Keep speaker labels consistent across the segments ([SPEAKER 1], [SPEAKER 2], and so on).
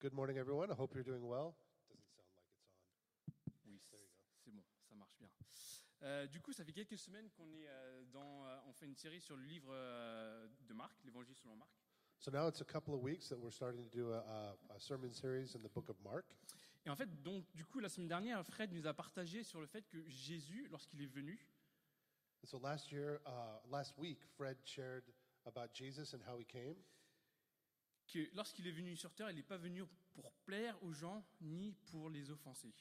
[SPEAKER 1] Good morning, everyone. I hope you're doing well. Doesn't sound like it's
[SPEAKER 2] Oui, c'est
[SPEAKER 1] on. There you go.
[SPEAKER 2] bon, ça marche bien. Euh, du coup, ça fait quelques semaines qu'on est euh, dans, euh, on fait une série sur le livre euh, de Marc, l'Évangile selon Marc.
[SPEAKER 1] So now it's a couple of weeks that we're starting to do a, a, a sermon series in the book of Mark.
[SPEAKER 2] Et en fait, donc, du coup, la semaine dernière, Fred nous a partagé sur le fait que Jésus, lorsqu'il est venu,
[SPEAKER 1] And so last year, uh, last week, Fred shared about Jesus and how he came.
[SPEAKER 2] que lorsqu'il est venu sur terre, il n'est pas venu pour plaire aux gens ni pour les offenser.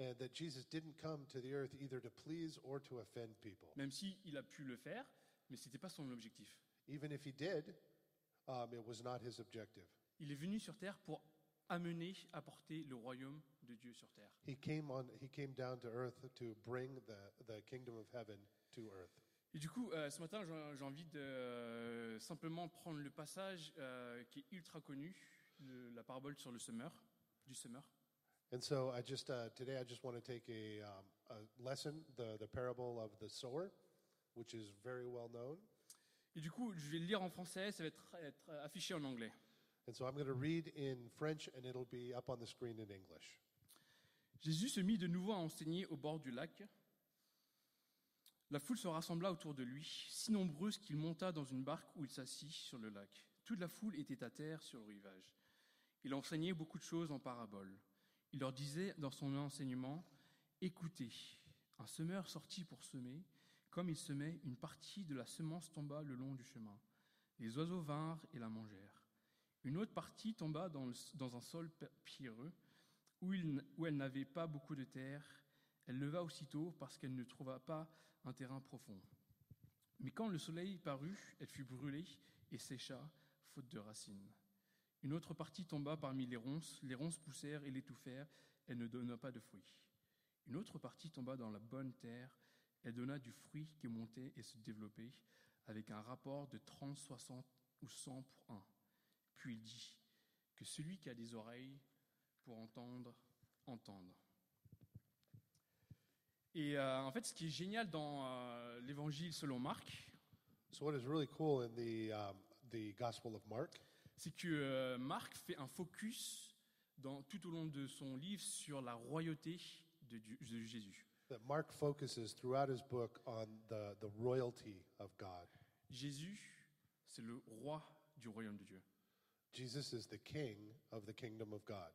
[SPEAKER 1] and that Jesus didn't come to the earth either to please or to offend people.
[SPEAKER 2] Même si il a pu le faire, mais c'était pas son objectif.
[SPEAKER 1] Even if he did, um, it was not his objective.
[SPEAKER 2] Il est venu sur terre pour amener, apporter le royaume de Dieu sur terre.
[SPEAKER 1] He came on. He came down to earth to bring the, the kingdom of heaven to earth.
[SPEAKER 2] Et du coup, euh, ce matin, j'ai j'ai envie de euh, simplement prendre le passage euh, qui est ultra connu, le- la parabole sur le semeur, du semeur.
[SPEAKER 1] And so I just uh, today I just want to take a, um, a lesson, the the parable of the sower, which is very well known.
[SPEAKER 2] Et du coup, je vais le lire en français, ça va être, être affiché en anglais.
[SPEAKER 1] And so I'm going to read in French, and it'll be up on the screen in English.
[SPEAKER 2] Jésus se mit de nouveau à enseigner au bord du lac. La foule se rassembla autour de lui, si nombreuse qu'il monta dans une barque où il s'assit sur le lac. Toute la foule était à terre sur le rivage. Il enseignait beaucoup de choses en paraboles. Il leur disait dans son enseignement Écoutez, un semeur sortit pour semer. Comme il semait, une partie de la semence tomba le long du chemin. Les oiseaux vinrent et la mangèrent. Une autre partie tomba dans, le- dans un sol pe- pierreux, où, il- où elle n'avait pas beaucoup de terre. Elle leva aussitôt parce qu'elle ne trouva pas un terrain profond. Mais quand le soleil parut, elle fut brûlée et sécha, faute de racines. Une autre partie tomba parmi les ronces, les ronces poussèrent et l'étouffèrent, elle ne donna pas de fruits. Une autre partie tomba dans la bonne terre, elle donna du fruit qui montait et se développait, avec un rapport de 30, 60 ou 100 pour un. Puis il dit que celui qui a des oreilles pour entendre, entende. Et euh, en fait, ce qui est génial dans euh, l'évangile selon Marc,
[SPEAKER 1] So what is really cool in the um, the Gospel of Mark
[SPEAKER 2] c'est que euh, Marc fait un focus dans, tout au long de son livre sur la royauté de, Dieu- de Jésus.
[SPEAKER 1] that Mark focuses throughout his book on the, the royalty of God.
[SPEAKER 2] Jésus, c'est le roi du royaume de Dieu.
[SPEAKER 1] Jesus is the king of the kingdom of God.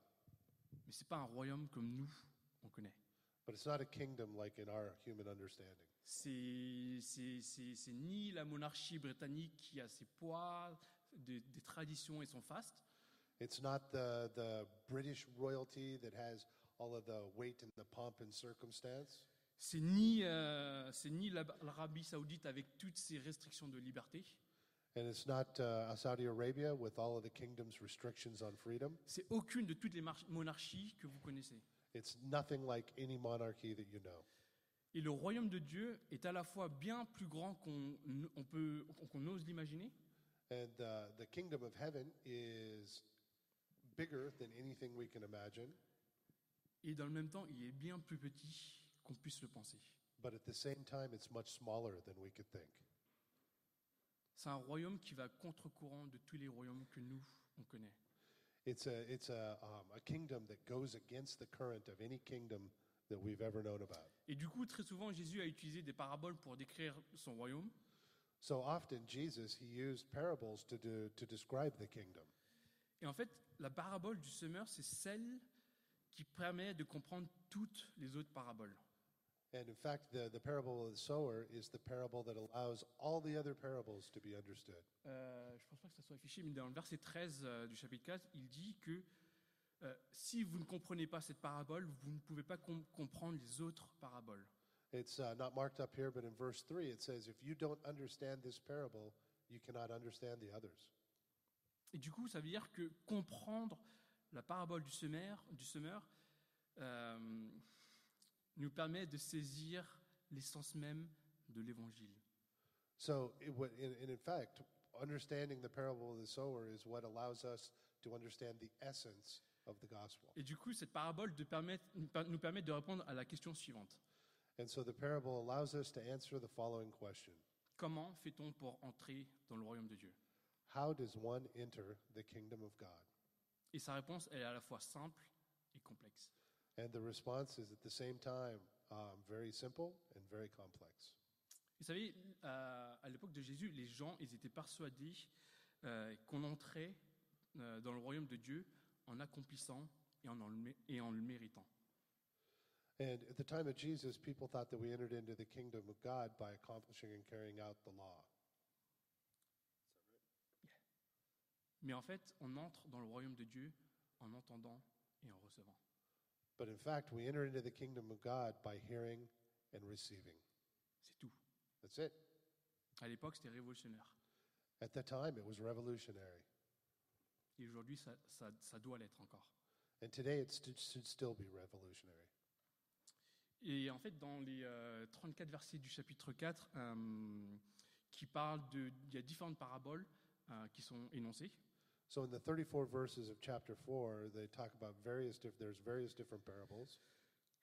[SPEAKER 2] Mais ce n'est pas un royaume comme nous, on connaît.
[SPEAKER 1] But it's not a kingdom like in our human understanding.
[SPEAKER 2] C'est c'est- c'est- c'est ni la monarchie britannique qui a ses poids, des, des traditions et son faste,
[SPEAKER 1] It's not the, the British royalty that has all of the weight and the pomp and circumstance.
[SPEAKER 2] c'est ni, euh, c'est ni l'Ab- l'Arabie saoudite avec toutes ses restrictions de liberté,
[SPEAKER 1] And it's not uh, Saudi Arabia with all of the kingdom's restrictions on freedom.
[SPEAKER 2] c'est aucune de toutes les mar- monarchies que vous connaissez.
[SPEAKER 1] It's nothing like any monarchy that you know.
[SPEAKER 2] Et le royaume de Dieu est à la fois bien plus grand qu'on on peut- qu'on ose l'imaginer,
[SPEAKER 1] And uh, the kingdom of heaven is bigger than anything we can imagine,
[SPEAKER 2] et dans le même temps, il est bien plus petit qu'on puisse le penser.
[SPEAKER 1] but at the same time, it's much smaller than we could think.
[SPEAKER 2] C'est un royaume qui va contre-courant de tous les royaumes que nous, on connaît.
[SPEAKER 1] It's a, it's a, um, a kingdom that goes against the current of any kingdom that we've ever known about.
[SPEAKER 2] Et du coup, très souvent, Jésus a utilisé des paraboles pour décrire son royaume.
[SPEAKER 1] So often, Jesus, he used parables to, do, to describe the kingdom.
[SPEAKER 2] Et en fait, la parabole du semeur, c'est celle qui permet de comprendre toutes les autres paraboles.
[SPEAKER 1] And in fact, the, the parable of the sower is the parable that allows all the other parables to be understood.
[SPEAKER 2] Euh, je pense pas que ça soit affiché, mais dans le verset 13 euh, du chapitre 4, il dit que euh, si vous ne comprenez pas cette parabole, vous ne pouvez pas com- comprendre les autres paraboles.
[SPEAKER 1] It's uh, not marked up here, but in verse 3, it says, If you don't understand this parable, you cannot understand the others.
[SPEAKER 2] Et du coup, ça veut dire que comprendre la parabole du semeur, du semeur euh, nous permet de saisir l'essence même de l'évangile.
[SPEAKER 1] So, it, would- and, and in fact, understanding the parable of the sower is what allows us to understand the essence of the gospel.
[SPEAKER 2] Et du coup, cette parabole de permettre- nous per- nous permet de répondre à la question suivante.
[SPEAKER 1] And so the parable allows us to answer the following question
[SPEAKER 2] Comment fait-on pour entrer dans le royaume de Dieu
[SPEAKER 1] How does one enter the kingdom of God?
[SPEAKER 2] Et sa réponse, elle est à la fois simple et complexe.
[SPEAKER 1] And the response is at the same time um, very simple and very complex.
[SPEAKER 2] Vous savez, euh, à, à l'époque de Jésus, les gens, ils étaient persuadés euh, qu'on entrait euh, dans le royaume de Dieu en accomplissant et en, en le mé- et en le méritant.
[SPEAKER 1] And at the time of Jesus, people thought that we entered into the kingdom of God by accomplishing and carrying out the law.
[SPEAKER 2] Mais en fait, on entre dans le royaume de Dieu en entendant et en recevant.
[SPEAKER 1] But in fact, we enter into the kingdom of God by hearing and receiving.
[SPEAKER 2] C'est tout.
[SPEAKER 1] That's it.
[SPEAKER 2] À l'époque, c'était révolutionnaire.
[SPEAKER 1] At that time, it was revolutionary.
[SPEAKER 2] Et aujourd'hui, ça, ça- ça doit l'être encore.
[SPEAKER 1] And today, it st- should still be revolutionary.
[SPEAKER 2] Et en fait, dans les euh, 34 versets du chapitre 4, euh, qui parlent de... Il y a différentes paraboles euh, qui sont énoncées.
[SPEAKER 1] So in the 34 verses of chapter 4, they talk about various diff- there's various different parables.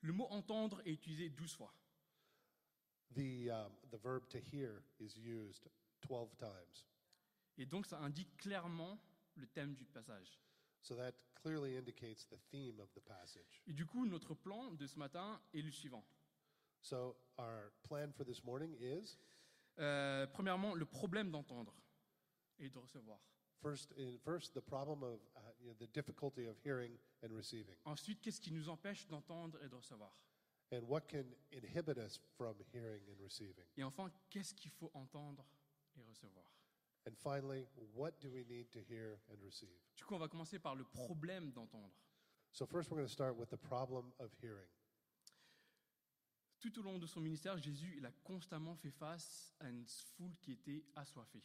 [SPEAKER 2] Le mot entendre est utilisé 12 fois.
[SPEAKER 1] The um, the verb to hear is used 12 times.
[SPEAKER 2] Et donc, ça indique clairement le thème du passage.
[SPEAKER 1] So that clearly indicates the theme of the passage.
[SPEAKER 2] Et du coup, notre plan de ce matin est le suivant.
[SPEAKER 1] So our plan for this morning is
[SPEAKER 2] Euh, premièrement, le problème d'entendre et de recevoir.
[SPEAKER 1] first in, first the problem of uh, you know, the difficulty of hearing and receiving,
[SPEAKER 2] Ensuite, qu'est-ce qui nous empêche d'entendre et de recevoir
[SPEAKER 1] and what can inhibit us from hearing and receiving,
[SPEAKER 2] Et enfin, qu'est-ce qu'il faut entendre et recevoir
[SPEAKER 1] and finally what do we need to hear and receive.
[SPEAKER 2] Du coup, on va commencer par le problème d'entendre.
[SPEAKER 1] So first we're going to start with the problem of hearing.
[SPEAKER 2] Tout au long de son ministère, Jésus il a constamment fait face à une foule qui était assoiffée.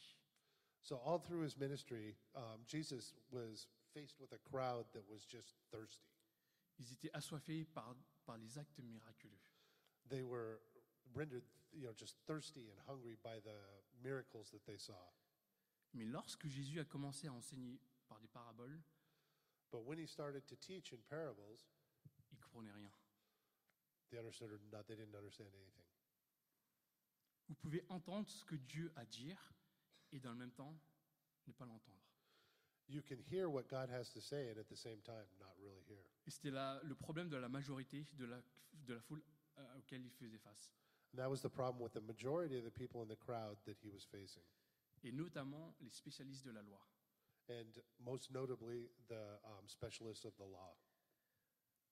[SPEAKER 1] So all through his ministry, um, Jesus was faced with a crowd that was just thirsty.
[SPEAKER 2] Ils étaient assoiffés par, par les actes miraculeux.
[SPEAKER 1] They were rendered, you know, just thirsty and hungry by the miracles that they saw.
[SPEAKER 2] Mais lorsque Jésus a commencé à enseigner par des paraboles,
[SPEAKER 1] But when he started to teach in parables,
[SPEAKER 2] ils ne comprenaient rien.
[SPEAKER 1] they understood or not, they didn't understand anything.
[SPEAKER 2] Vous pouvez entendre ce que Dieu a à dire et dans le même temps ne pas l'entendre.
[SPEAKER 1] You can hear what God has to say and at the same time not really hear.
[SPEAKER 2] Et c'était la- le problème de la majorité de la, de la foule euh, auquel il faisait face.
[SPEAKER 1] And that was the problem with the majority of the people in the crowd that he was facing.
[SPEAKER 2] Et notamment les spécialistes de la loi.
[SPEAKER 1] And most notably, the um, specialists of the law.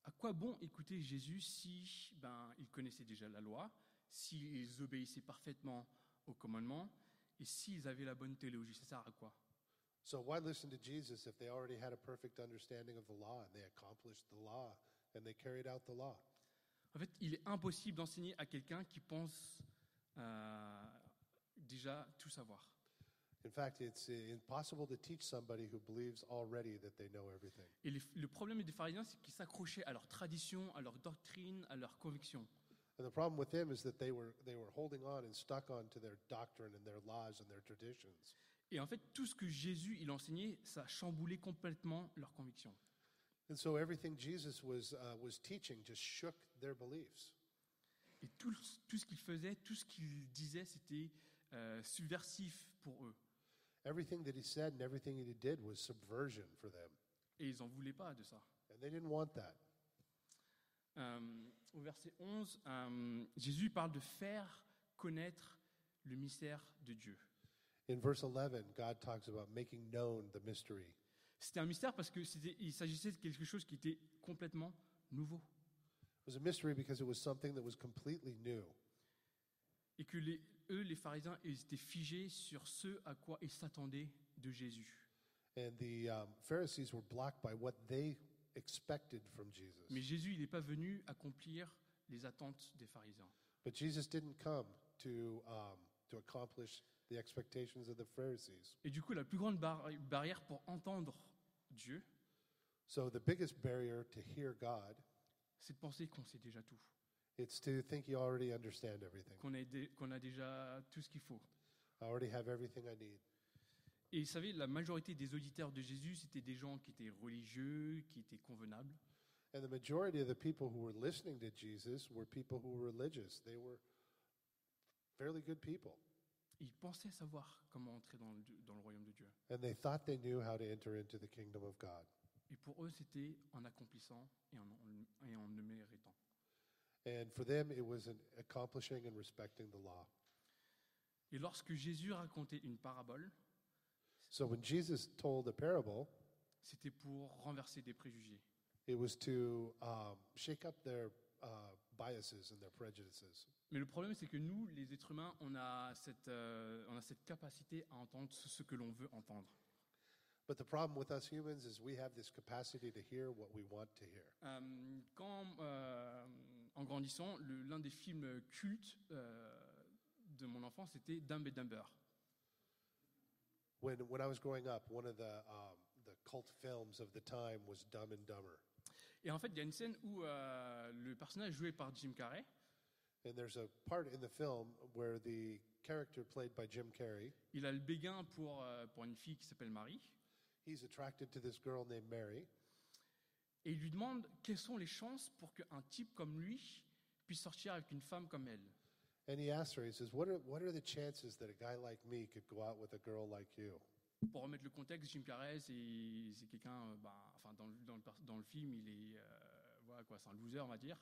[SPEAKER 2] À quoi bon écouter Jésus si ben, ils connaissaient déjà la loi, s'ils obéissaient parfaitement aux commandements et s'ils avaient la bonne théologie Ça sert à quoi
[SPEAKER 1] So why listen to Jesus if they already had a perfect understanding of the law and they accomplished the law and they carried out the law?
[SPEAKER 2] En fait, il est impossible d'enseigner à quelqu'un qui pense euh, déjà tout savoir.
[SPEAKER 1] In fact, it's uh, impossible to teach somebody who believes already that they know everything.
[SPEAKER 2] Et les- le problème des pharisiens, c'est qu'ils s'accrochaient à leur tradition, à leur doctrine, à leurs convictions.
[SPEAKER 1] And the problem with them is that they were they were holding on and stuck on to their doctrine and their laws and their traditions.
[SPEAKER 2] Et en fait, tout ce que Jésus il enseignait, ça chamboulait complètement leurs convictions.
[SPEAKER 1] And so everything Jesus was uh, was teaching just shook their beliefs.
[SPEAKER 2] Et tout, tout ce qu'il faisait, tout ce qu'il disait, c'était euh, subversif pour eux.
[SPEAKER 1] Everything that he said and everything that he did was subversion for them,
[SPEAKER 2] Et ils n'en voulaient pas de ça.
[SPEAKER 1] and they didn't want that.
[SPEAKER 2] Euh, au verset 11, euh, Jésus parle de faire connaître le mystère de Dieu.
[SPEAKER 1] In verse 11, God talks about making known the mystery.
[SPEAKER 2] C'était un mystère parce qu'il s'agissait de quelque chose qui était complètement nouveau.
[SPEAKER 1] It was a mystery because it was something that was completely new.
[SPEAKER 2] Et que les, eux, les pharisiens, ils étaient figés sur ce à quoi ils s'attendaient de Jésus.
[SPEAKER 1] And the um, Pharisees were blocked by what they expected from
[SPEAKER 2] Mais
[SPEAKER 1] Jesus.
[SPEAKER 2] Jésus, il n'est pas venu accomplir les attentes des pharisiens.
[SPEAKER 1] But Jesus didn't come to, um, to accomplish the expectations of the Pharisees.
[SPEAKER 2] Et du coup, la plus grande barri- barrière pour entendre Dieu,
[SPEAKER 1] So the biggest barrier to hear God,
[SPEAKER 2] c'est de penser qu'on sait déjà tout,
[SPEAKER 1] it's to think you already understand everything.
[SPEAKER 2] qu'on a, dé- qu'on a déjà tout ce qu'il faut.
[SPEAKER 1] I already have everything I need.
[SPEAKER 2] Et vous savez, la majorité des auditeurs de Jésus, c'était des gens qui étaient religieux, qui étaient convenables.
[SPEAKER 1] And the majority of the people who were listening to Jesus were people who were religious. They were fairly good people.
[SPEAKER 2] Et ils pensaient savoir comment entrer dans le, dans le royaume de Dieu.
[SPEAKER 1] And they thought they knew how to enter into the kingdom of God.
[SPEAKER 2] Et pour eux, c'était en accomplissant et en, et en le méritant.
[SPEAKER 1] And for them, it was an accomplishing and respecting the law.
[SPEAKER 2] Et lorsque Jésus racontait une parabole,
[SPEAKER 1] So when Jesus told a parable,
[SPEAKER 2] c'était pour renverser des préjugés.
[SPEAKER 1] it was to um, shake up their uh, biases and their prejudices.
[SPEAKER 2] Mais le problème, c'est que nous, les êtres humains, on a cette, euh, on a cette capacité à entendre ce ce que l'on veut entendre.
[SPEAKER 1] But the problem with us humans is we have this capacity to hear what we want to hear.
[SPEAKER 2] Euh, quand, euh, en grandissant, le- l'un des films cultes euh, de mon enfance, c'était Dumb et Dumber.
[SPEAKER 1] When, when I was growing up, one of the, um, the cult films of the time was Dumb and Dumber.
[SPEAKER 2] Et en fait, il y a une scène où euh, le personnage joué par Jim Carrey,
[SPEAKER 1] And there's a part in the film where the character played by Jim Carrey,
[SPEAKER 2] il a le béguin pour, euh, pour une fille qui s'appelle Marie,
[SPEAKER 1] he's attracted to this girl named Mary,
[SPEAKER 2] et il lui demande quelles sont les chances pour qu'un type comme lui puisse sortir avec une femme comme elle.
[SPEAKER 1] and he asks her, he says, what are, what are the chances that a guy like me could go out with a girl like you?
[SPEAKER 2] Pour remettre le contexte, Jim Carrey, c'est c'est quelqu'un, euh, bah, enfin, dans, le- dans le, pers- dans le film, il est, euh, voilà quoi, c'est un loser, on va dire.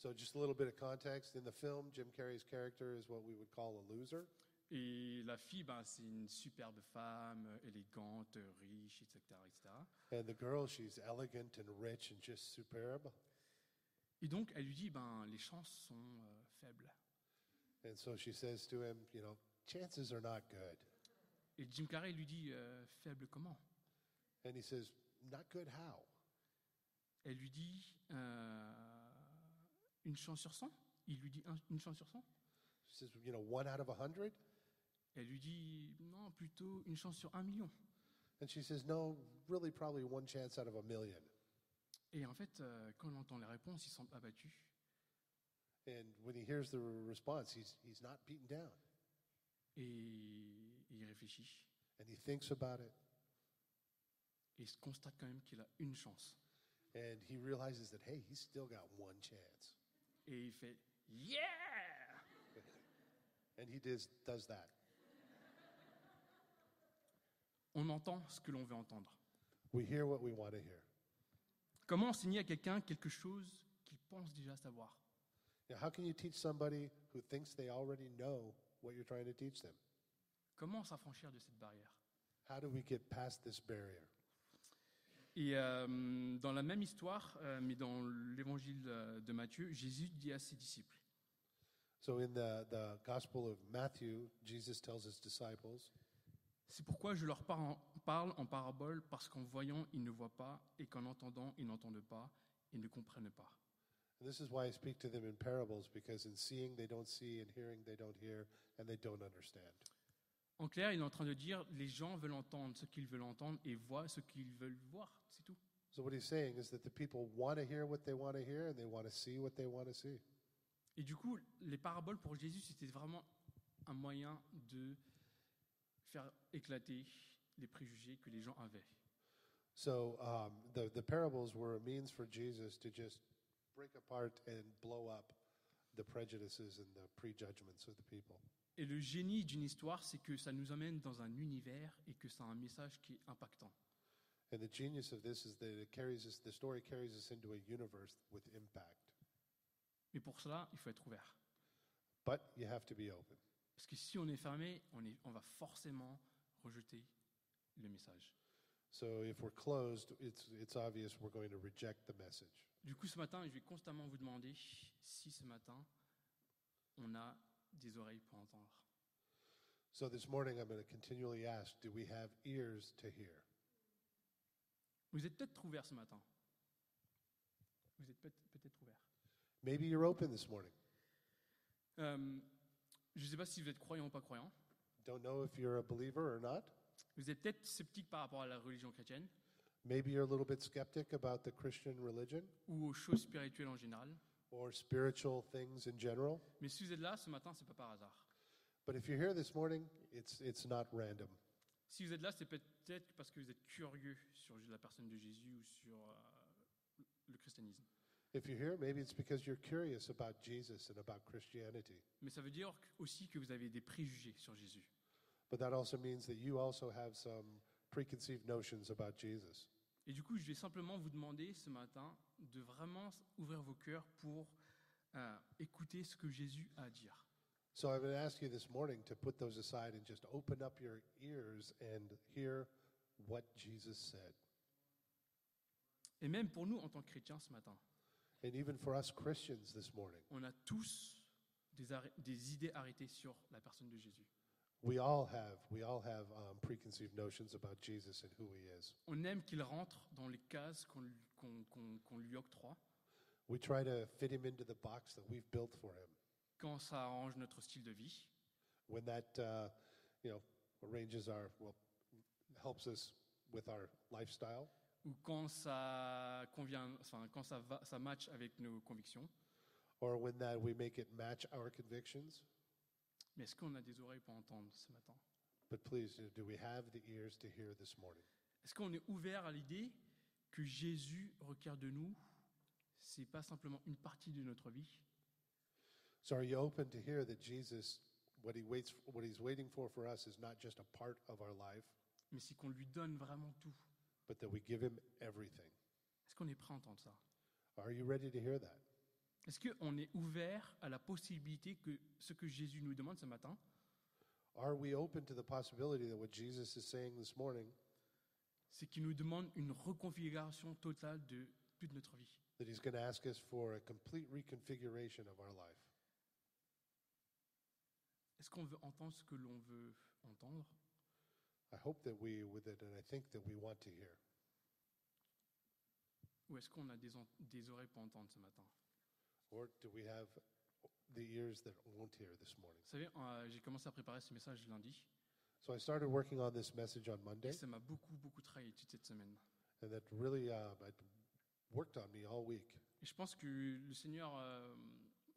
[SPEAKER 1] So, just a little bit of context. In the film, Jim Carrey's character is what we would call a loser.
[SPEAKER 2] Et la fille, ben, c'est une superbe femme, euh, élégante, euh, riche, etc., etc.
[SPEAKER 1] And the girl, she's elegant and rich and just superb.
[SPEAKER 2] Et donc, elle lui dit, ben, les chances sont euh, faibles.
[SPEAKER 1] And so she says to him, You know, chances are not good.
[SPEAKER 2] Et Jim Carrey lui dit, euh, faible comment
[SPEAKER 1] And he says, Not good how?
[SPEAKER 2] Elle lui dit, euh, une chance sur 100 Il lui dit, un- une chance sur 100
[SPEAKER 1] She says, You know, one out of a hundred?
[SPEAKER 2] Elle lui dit, non, plutôt une chance sur un million.
[SPEAKER 1] And she says, No, really, probably one chance out of a million.
[SPEAKER 2] Et en fait, euh, quand on entend les réponses, il semble abattu.
[SPEAKER 1] And when he hears the response, he's, he's not beaten down.
[SPEAKER 2] Et, et il réfléchit.
[SPEAKER 1] And he thinks about it.
[SPEAKER 2] Et il se constate quand même qu'il a une chance.
[SPEAKER 1] And he realizes that, hey, he's still got one chance.
[SPEAKER 2] Et il fait, yeah
[SPEAKER 1] And he does, does that.
[SPEAKER 2] On entend ce que l'on veut entendre.
[SPEAKER 1] We hear what we want to hear.
[SPEAKER 2] Comment enseigner à quelqu'un quelque chose qu'il pense déjà savoir
[SPEAKER 1] Now, how can you teach somebody who thinks they already know what you're trying to teach them?
[SPEAKER 2] Comment s'affranchir de cette barrière
[SPEAKER 1] How do we get past this barrier?
[SPEAKER 2] Et euh, dans la même histoire, euh, mais dans l'évangile euh, de Matthieu, Jésus dit à ses disciples,
[SPEAKER 1] So, in the, the Gospel of Matthew, Jesus tells his disciples,
[SPEAKER 2] C'est pourquoi je leur par- parle en parabole, parce qu'en voyant, ils ne voient pas, et qu'en entendant, ils n'entendent pas, et ne comprennent pas.
[SPEAKER 1] and this is why I speak to them in parables, because in seeing they don't see, and hearing they don't hear, and they don't understand.
[SPEAKER 2] En clair, il est en train de dire, les gens veulent entendre ce qu'ils veulent entendre et voient ce qu'ils veulent voir, c'est tout.
[SPEAKER 1] So, what he's saying is that the people want to hear what they want to hear, and they want to see what they want to see.
[SPEAKER 2] Et du coup, les paraboles pour Jésus, c'était vraiment un moyen de faire éclater les préjugés que les gens avaient.
[SPEAKER 1] So, um, the, the parables were a means for Jesus to just break apart and blow up the prejudices and the prejudgments of the people.
[SPEAKER 2] Et le génie d'une histoire, c'est que ça nous amène dans un univers et que ça a un message qui est impactant.
[SPEAKER 1] And the genius of this is that it carries us, the story carries us into a universe with impact.
[SPEAKER 2] Mais pour cela, il faut être ouvert.
[SPEAKER 1] But you have to be open.
[SPEAKER 2] Parce que si on est fermé, on, est- on va forcément rejeter le message.
[SPEAKER 1] So if we're closed, it's, it's obvious we're going to reject the message.
[SPEAKER 2] Du coup, ce matin, je vais constamment vous demander si ce matin, on a des oreilles pour entendre.
[SPEAKER 1] So this morning, I'm going to continually ask do we have ears to hear?
[SPEAKER 2] Vous êtes peut-être ouvert ce matin. Vous êtes peut- peut-être ouvert.
[SPEAKER 1] Maybe you're open this morning.
[SPEAKER 2] Euh, je ne sais pas si vous êtes croyant ou pas croyant.
[SPEAKER 1] Don't know if you're a believer or not.
[SPEAKER 2] Vous êtes peut-être sceptique par rapport à la religion chrétienne
[SPEAKER 1] Maybe you're a little bit skeptic about the Christian religion
[SPEAKER 2] ou aux choses spirituelles en général.
[SPEAKER 1] or spiritual things in general.
[SPEAKER 2] Mais si vous êtes là ce matin, c'est pas par hasard.
[SPEAKER 1] But if you're here this morning, it's, it's not random.
[SPEAKER 2] Si vous êtes là, c'est peut-être parce que vous êtes curieux sur la personne de Jésus ou sur euh, le christianisme.
[SPEAKER 1] If you're here, maybe it's because you're curious about Jesus and about Christianity.
[SPEAKER 2] Mais ça veut dire aussi que vous avez des préjugés sur Jésus.
[SPEAKER 1] But that also means that you also have some preconceived notions about Jesus.
[SPEAKER 2] Et du coup, je vais simplement vous demander ce matin de vraiment ouvrir vos cœurs pour euh, écouter ce que Jésus a à dire.
[SPEAKER 1] So I'm going to ask you this morning to put those aside and just open up your ears and hear what Jesus said.
[SPEAKER 2] Et même pour nous en tant que chrétiens ce matin,
[SPEAKER 1] And even for us Christians this morning,
[SPEAKER 2] on a tous des, arrê- des idées arrêtées sur la personne de Jésus.
[SPEAKER 1] we all have we all have um, preconceived notions about Jesus and who he is.
[SPEAKER 2] On aime qu'il rentre dans les cases qu'on lui- qu'on- qu'on- qu'on lui octroie
[SPEAKER 1] We try to fit him into the box that we've built for him.
[SPEAKER 2] quand ça arrange notre style de vie,
[SPEAKER 1] When that uh, you know arranges our well helps us with our lifestyle
[SPEAKER 2] ou quand ça convient, enfin quand ça va, ça match avec nos convictions.
[SPEAKER 1] or when that we make it match our convictions.
[SPEAKER 2] Mais est-ce qu'on a des oreilles pour entendre ce matin
[SPEAKER 1] But please you know, do we have the ears to hear this morning?
[SPEAKER 2] Est-ce qu'on est ouvert à l'idée que Jésus requiert de nous, c'est pas simplement une partie de notre vie,
[SPEAKER 1] So are you open to hear that Jesus what he waits what he's waiting for for us is not just a part of our life,
[SPEAKER 2] mais c'est qu'on lui donne vraiment tout.
[SPEAKER 1] but that we give him everything?
[SPEAKER 2] Est-ce qu'on est prêt à entendre ça
[SPEAKER 1] Are you ready to hear that?
[SPEAKER 2] Est-ce qu'on est ouvert à la possibilité que ce que Jésus nous demande ce matin,
[SPEAKER 1] Are we open to the possibility that what Jesus is saying this morning
[SPEAKER 2] c'est qu'il nous demande une reconfiguration totale de toute notre vie
[SPEAKER 1] that he's going to ask us for a complete reconfiguration of our life?
[SPEAKER 2] Est-ce qu'on veut entendre ce que l'on veut entendre
[SPEAKER 1] I hope that we with it and I think that we want to hear.
[SPEAKER 2] Ou est-ce qu'on a des, en- des oreilles pour entendre ce matin
[SPEAKER 1] Or do we have the ears that won't hear this morning?
[SPEAKER 2] Vous savez, euh, j'ai commencé à préparer ce message lundi.
[SPEAKER 1] So I started working on this message on
[SPEAKER 2] Et
[SPEAKER 1] Monday
[SPEAKER 2] ça m'a beaucoup, beaucoup travaillé toute cette semaine.
[SPEAKER 1] and that really uh, it worked on me all week.
[SPEAKER 2] Et je pense que le Seigneur euh,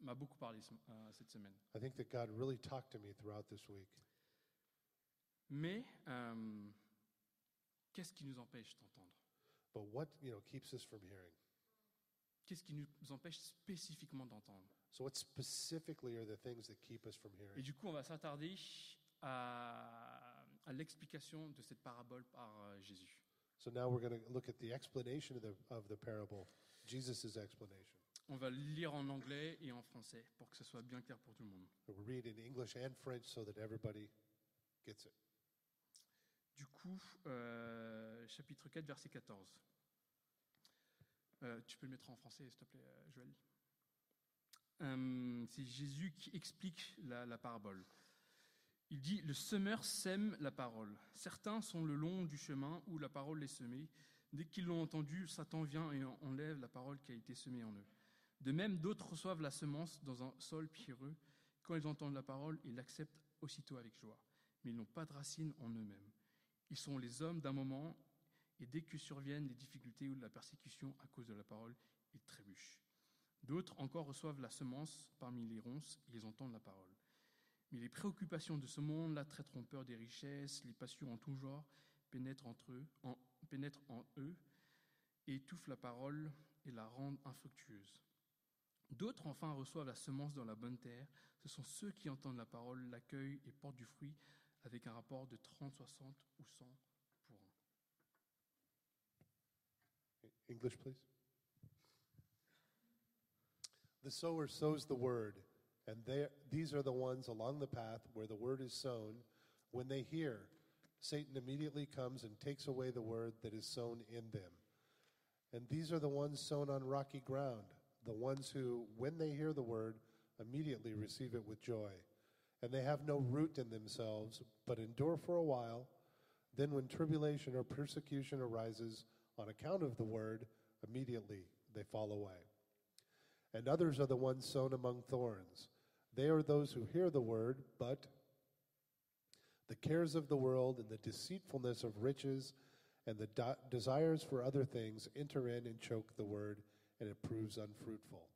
[SPEAKER 2] m'a beaucoup parlé ce- euh, cette semaine.
[SPEAKER 1] I think that God really talked to me throughout this week.
[SPEAKER 2] Mais euh, qu'est-ce qui nous empêche d'entendre
[SPEAKER 1] But what, you know, keeps us from hearing?
[SPEAKER 2] Qu'est-ce qui nous empêche spécifiquement d'entendre
[SPEAKER 1] So what specifically are the things that keep us from
[SPEAKER 2] Et
[SPEAKER 1] hearing?
[SPEAKER 2] du coup, on va s'attarder à, à l'explication de cette parabole par euh, Jésus.
[SPEAKER 1] So now we're going to look at the explanation of the of the parable, Jesus' explanation.
[SPEAKER 2] On va le lire en anglais et en français pour que ce soit bien clair pour tout le monde.
[SPEAKER 1] We'll read in English and French so that everybody gets it.
[SPEAKER 2] Du coup, euh, chapitre 4, verset 14. Euh, tu peux le mettre en français, s'il te plaît, euh, Joël. Euh, C'est Jésus qui explique la, la parabole. Il dit Le semeur sème la parole. Certains sont le long du chemin où la parole est semée. Dès qu'ils l'ont entendue, Satan vient et en- enlève la parole qui a été semée en eux. De même, d'autres reçoivent la semence dans un sol pierreux. Quand ils entendent la parole, ils l'acceptent aussitôt avec joie. Mais ils n'ont pas de racine en eux-mêmes. Ils sont les hommes d'un moment, et dès que surviennent les difficultés ou la persécution à cause de la parole, ils trébuchent. D'autres encore reçoivent la semence parmi les ronces, et ils entendent la parole. Mais les préoccupations de ce monde, la très trompeur des richesses, les passions en tout genre, pénètrent, entre eux, en, pénètrent en eux et étouffent la parole et la rendent infructueuse. D'autres enfin reçoivent la semence dans la bonne terre. Ce sont ceux qui entendent la parole, l'accueillent et portent du fruit avec un rapport de 30, 60 ou 100 pour un.
[SPEAKER 1] English, please. The sower sows the word, and they, these are the ones along the path where the word is sown. When they hear, Satan immediately comes and takes away the word that is sown in them. And these are the ones sown on rocky ground, the ones who, when they hear the word, immediately receive it with joy. And they have no root in themselves, but endure for a while. Then, when tribulation or persecution arises on account of the word, immediately they fall away. And others are the ones sown among thorns. They are those who hear the word, but the cares of the world and the deceitfulness of riches and the do- desires for other things enter in and choke the word, and it proves unfruitful.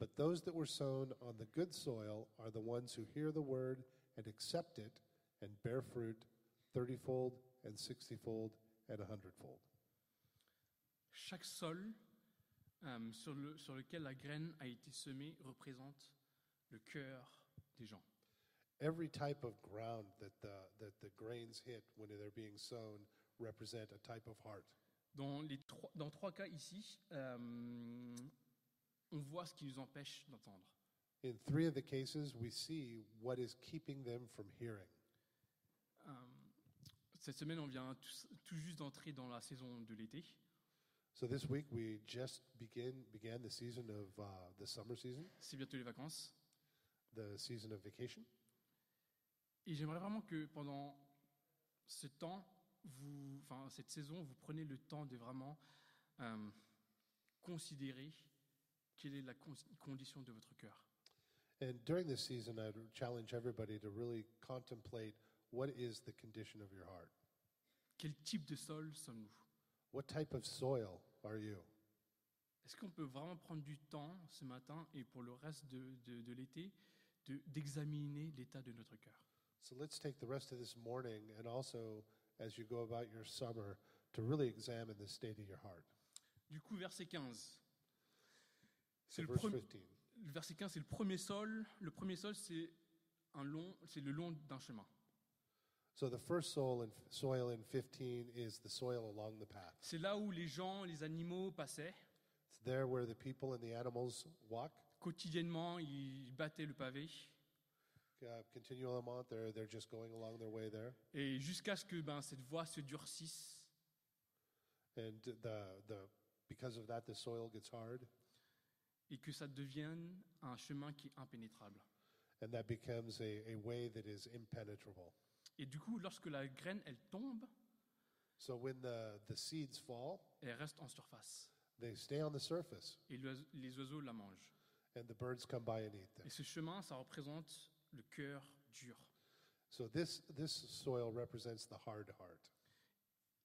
[SPEAKER 1] But those that were sown on the good soil are the ones who hear the word and accept it and bear fruit thirtyfold and sixtyfold and a hundredfold.
[SPEAKER 2] Chaque sol euh, sur, le- sur lequel la graine a été semée représente le cœur des gens.
[SPEAKER 1] Every type of ground that the, that the grains hit when they're being sown represent a type of heart.
[SPEAKER 2] Dans, les trois, dans trois cas ici, euh, on voit ce qui nous empêche d'entendre.
[SPEAKER 1] In three of the cases, we see what is keeping them from hearing.
[SPEAKER 2] Euh, cette semaine, on vient tout, tout juste d'entrer dans la saison de l'été.
[SPEAKER 1] So this week, we just begin, began the season of uh, the summer season,
[SPEAKER 2] C'est bientôt les vacances.
[SPEAKER 1] the season of vacation.
[SPEAKER 2] Et j'aimerais vraiment que pendant ce temps, vous, enfin, cette saison, vous prenez le temps de vraiment euh, considérer quelle est la con- condition de votre cœur.
[SPEAKER 1] And during this season, I'd challenge everybody to really contemplate what is the condition of your heart.
[SPEAKER 2] Quel type de sol sommes-nous
[SPEAKER 1] What type of soil are you?
[SPEAKER 2] Est-ce qu'on peut vraiment prendre du temps ce matin et pour le reste de, de- de l'été de- d'examiner l'état de notre cœur
[SPEAKER 1] So let's take the rest of this morning and also as you go about your summer to really examine the state of your heart.
[SPEAKER 2] Du coup, verset 15. C'est
[SPEAKER 1] So
[SPEAKER 2] le
[SPEAKER 1] verse
[SPEAKER 2] premier-
[SPEAKER 1] 15.
[SPEAKER 2] le verset 15, c'est le premier sol. Le premier sol, c'est un long, c'est le long d'un chemin.
[SPEAKER 1] So the first soil in, soil in 15 is the soil along the path.
[SPEAKER 2] C'est là où les gens, les animaux passaient.
[SPEAKER 1] It's there where the people and the animals walk.
[SPEAKER 2] Quotidiennement, ils battaient le pavé.
[SPEAKER 1] Uh, continuellement, they're, they're just going along their way there.
[SPEAKER 2] Et jusqu'à ce que ben, cette voie se durcisse.
[SPEAKER 1] And the, the, because of that, the soil gets hard
[SPEAKER 2] et que ça devienne un chemin qui est impénétrable.
[SPEAKER 1] and that becomes a, a way that is impenetrable.
[SPEAKER 2] Et du coup, lorsque la graine, elle tombe,
[SPEAKER 1] So when the, the seeds fall,
[SPEAKER 2] elle reste en surface.
[SPEAKER 1] they stay on the surface
[SPEAKER 2] Et l'oise- les oiseaux la mangent.
[SPEAKER 1] and the birds come by and eat them.
[SPEAKER 2] Et ce chemin, ça représente le cœur dur.
[SPEAKER 1] So this this soil represents the hard heart.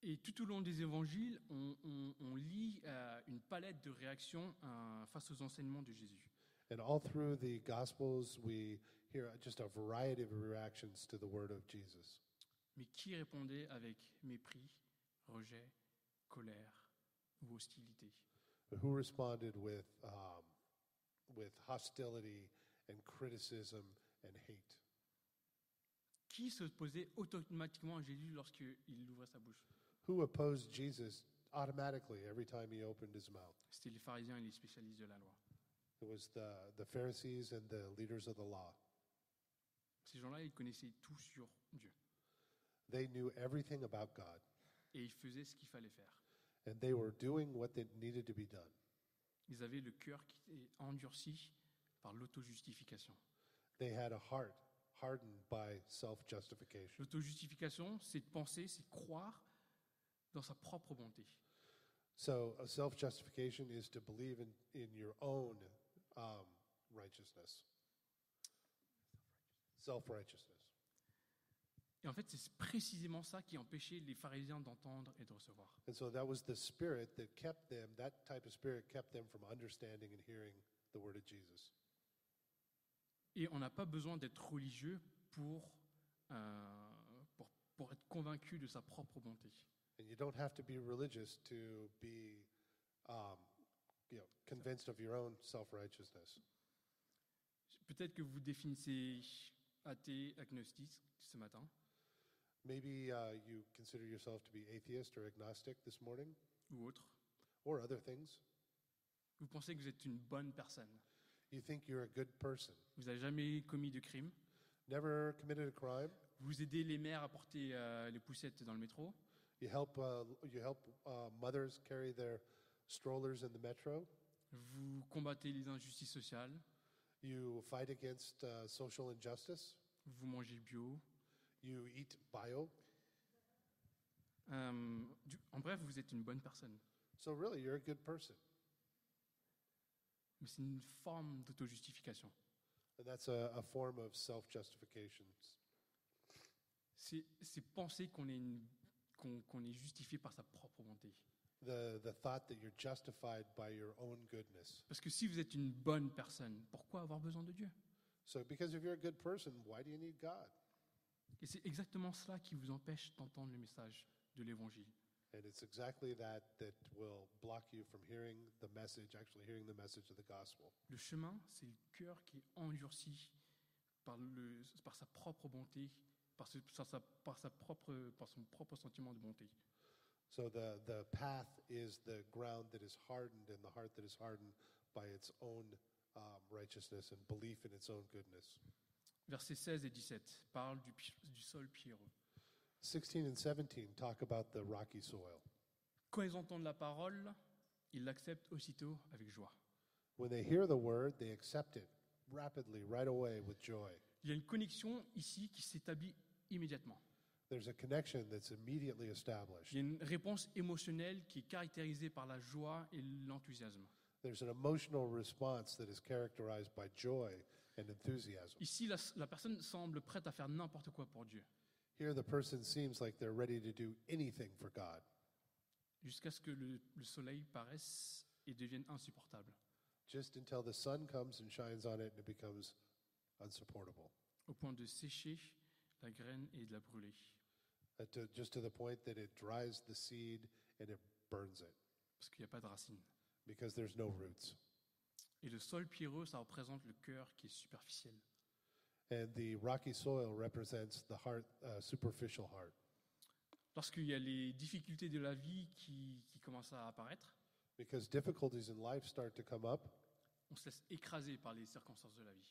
[SPEAKER 2] Et tout au long des évangiles, on, on- on lit euh, une palette de réactions euh, face aux enseignements de Jésus.
[SPEAKER 1] And all through the gospels we hear just a variety of reactions to the word of Jesus.
[SPEAKER 2] Mais qui répondait avec mépris, rejet, colère ou hostilité
[SPEAKER 1] Who responded with um, with hostility and criticism and hate?
[SPEAKER 2] Qui s'opposait automatiquement à Jésus lorsqu'il ouvrait sa bouche
[SPEAKER 1] Who opposed Jesus automatically every time he opened his mouth?
[SPEAKER 2] C'était les pharisiens et les spécialistes de la loi.
[SPEAKER 1] It was the, the Pharisees and the leaders of the law.
[SPEAKER 2] Ces gens-là, ils connaissaient tout sur Dieu
[SPEAKER 1] They knew everything about God,
[SPEAKER 2] et ils faisaient ce qu'il fallait faire.
[SPEAKER 1] and they were doing what that needed to be done.
[SPEAKER 2] Ils avaient le cœur qui était endurci par l'autojustification.
[SPEAKER 1] They had a heart hardened by self justification.
[SPEAKER 2] L'autojustification, c'est de penser, c'est de croire dans sa propre bonté.
[SPEAKER 1] So self justification is to believe in, in your own um, righteousness, self righteousness.
[SPEAKER 2] Et en fait, c'est précisément ça qui empêchait les pharisiens d'entendre et de recevoir.
[SPEAKER 1] And so that was the spirit that kept them, that type of spirit kept them from understanding and hearing the word of Jesus.
[SPEAKER 2] Et on n'a pas besoin d'être religieux pour, euh, pour, pour être convaincu de sa propre bonté.
[SPEAKER 1] And you don't have to be religious to be um, you know, convinced of your own self righteousness.
[SPEAKER 2] Peut-être que vous définissez athée, agnostique ce matin.
[SPEAKER 1] Maybe uh, you consider yourself to be atheist or agnostic this morning
[SPEAKER 2] ou autre,
[SPEAKER 1] or other things.
[SPEAKER 2] vous pensez que vous êtes une bonne personne.
[SPEAKER 1] You think you're a good person,
[SPEAKER 2] Vous n'avez jamais commis de crime.
[SPEAKER 1] never committed a crime.
[SPEAKER 2] Vous aidez les mères à porter euh, les poussettes dans le métro.
[SPEAKER 1] You help uh, you help uh, mothers carry their strollers in the metro.
[SPEAKER 2] Vous combattez les injustices sociales.
[SPEAKER 1] You fight against uh, social injustice.
[SPEAKER 2] Vous mangez bio.
[SPEAKER 1] You eat bio.
[SPEAKER 2] Euh, du- en bref, vous êtes une bonne personne.
[SPEAKER 1] So really, you're a good person,
[SPEAKER 2] Mais c'est une forme d'autojustification.
[SPEAKER 1] and that's a, a form of self-justification.
[SPEAKER 2] C'est c'est penser qu'on est, une- qu'on- qu'on est justifié par sa propre bonté.
[SPEAKER 1] The the thought that you're justified by your own goodness.
[SPEAKER 2] Parce que si vous êtes une bonne personne, pourquoi avoir besoin de Dieu
[SPEAKER 1] So because if you're a good person, why do you need God?
[SPEAKER 2] Et c'est exactement cela qui vous empêche d'entendre le message de l'Évangile.
[SPEAKER 1] And it's exactly that that will block you from hearing the message, actually hearing the message of the gospel.
[SPEAKER 2] Le chemin, c'est le cœur qui est endurci par, le, par sa propre bonté, par, ce- par sa, par sa propre, par son propre sentiment de bonté.
[SPEAKER 1] So the, the path is the ground that is hardened and the heart that is hardened by its own um, righteousness and belief in its own goodness.
[SPEAKER 2] Versets 16 et 17 parlent du, pi- du sol pierreux.
[SPEAKER 1] 16 and 17 talk about the rocky soil.
[SPEAKER 2] Quand ils entendent la parole, ils l'acceptent aussitôt avec joie.
[SPEAKER 1] When they hear the word, they accept it rapidly, right away, with joy.
[SPEAKER 2] Il y a une connexion ici qui s'établit immédiatement.
[SPEAKER 1] There's a connection that's immediately established.
[SPEAKER 2] Il y a une réponse émotionnelle qui est caractérisée par la joie et l'enthousiasme.
[SPEAKER 1] There's an emotional response that is characterized by joy and enthusiasm.
[SPEAKER 2] Ici, la, la personne semble prête à faire n'importe quoi pour Dieu,
[SPEAKER 1] Here, the person seems like they're ready to do anything for God
[SPEAKER 2] jusqu'à ce que le, le soleil paraisse et devienne insupportable.
[SPEAKER 1] just until the sun comes and shines on it and it becomes unsupportable,
[SPEAKER 2] au point de sécher la graine et de la brûler.
[SPEAKER 1] Uh, to, just to the point that it dries the seed and it burns it
[SPEAKER 2] Parce qu'il n'y a pas de racine.
[SPEAKER 1] because there's no roots.
[SPEAKER 2] Et le sol pierreux, ça représente le cœur qui est superficiel.
[SPEAKER 1] And the rocky soil represents the heart, uh, superficial heart.
[SPEAKER 2] Lorsqu'il y a les difficultés de la vie qui, qui commencent à apparaître,
[SPEAKER 1] Because difficulties in life start to come up
[SPEAKER 2] on se laisse écraser par les circonstances de la vie.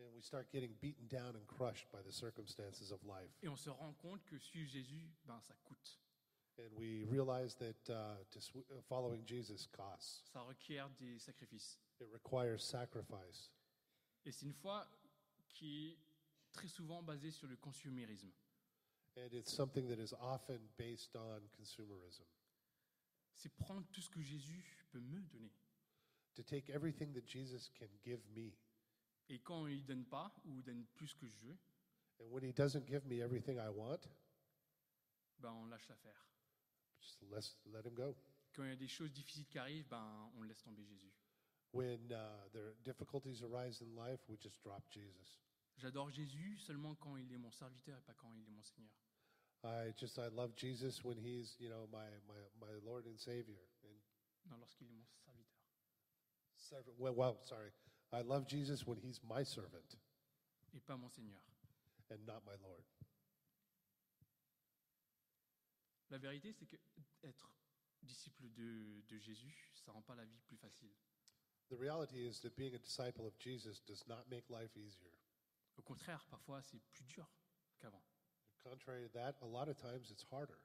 [SPEAKER 1] and we start getting beaten down and crushed by the circumstances of life.
[SPEAKER 2] Et on se rend compte que suivre Jésus, ben, ça coûte.
[SPEAKER 1] And we realize that uh, to sw- uh, following Jesus costs.
[SPEAKER 2] Ça requiert des sacrifices.
[SPEAKER 1] It requires sacrifice.
[SPEAKER 2] Et c'est une foi qui est très souvent basée sur le consumérisme.
[SPEAKER 1] And it's something that is often based on consumerism.
[SPEAKER 2] C'est prendre tout ce que Jésus peut me donner.
[SPEAKER 1] To take everything that Jesus can give me.
[SPEAKER 2] Et quand il ne donne pas, ou donne plus que je veux,
[SPEAKER 1] And when he doesn't give me everything I want,
[SPEAKER 2] ben, on lâche l'affaire.
[SPEAKER 1] just let, let him go.
[SPEAKER 2] Quand il y a des choses difficiles qui arrivent, ben, on laisse tomber Jésus.
[SPEAKER 1] When uh, there are difficulties arise in life, we just drop Jesus.
[SPEAKER 2] J'adore Jésus seulement quand il est mon serviteur et pas quand il est mon Seigneur.
[SPEAKER 1] I just, I love Jesus when he's, you know, my, my, my Lord and Savior. And
[SPEAKER 2] Non, lorsqu'il est mon serviteur.
[SPEAKER 1] servant, well, well, sorry. I love Jesus when he's my servant
[SPEAKER 2] Et pas mon Seigneur.
[SPEAKER 1] and not my Lord.
[SPEAKER 2] La vérité, c'est que être disciple de, de Jésus, ça rend pas la vie plus facile.
[SPEAKER 1] The reality is that being a disciple of Jesus does not make life easier.
[SPEAKER 2] Au contraire, parfois, c'est plus dur qu'avant.
[SPEAKER 1] Contrary to that, a lot of times it's harder.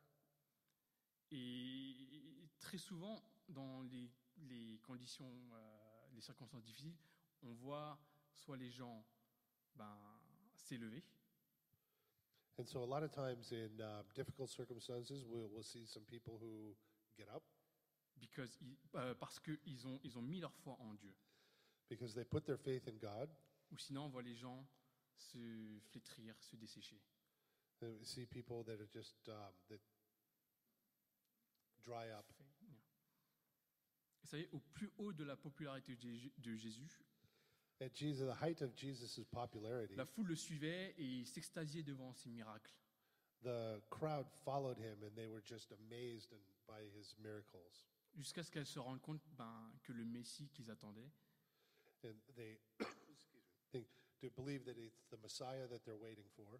[SPEAKER 2] Et très souvent, dans les, les conditions, euh, les circonstances difficiles, on voit soit les gens ben, s'élever,
[SPEAKER 1] And so, a lot of times in uh, difficult circumstances, we'll, we'll see some people who get up
[SPEAKER 2] because ils- euh, parce qu'ils ont, ils ont mis leur foi en Dieu.
[SPEAKER 1] because they put their faith in God.
[SPEAKER 2] Ou sinon, on voit les gens se flétrir, se dessécher.
[SPEAKER 1] And we see people that are just, um, that dry up.
[SPEAKER 2] Et ça y est, au plus haut de la popularité de Jésus- de Jésus,
[SPEAKER 1] At Jesus, the height of Jesus' popularity,
[SPEAKER 2] la foule le suivait et il s'extasiait devant ses miracles.
[SPEAKER 1] the crowd followed him and they were just amazed and by his miracles.
[SPEAKER 2] Jusqu'à ce qu'elle se rende compte ben, que le Messie qu'ils attendaient,
[SPEAKER 1] And they think, to believe that it's the Messiah that they're waiting for.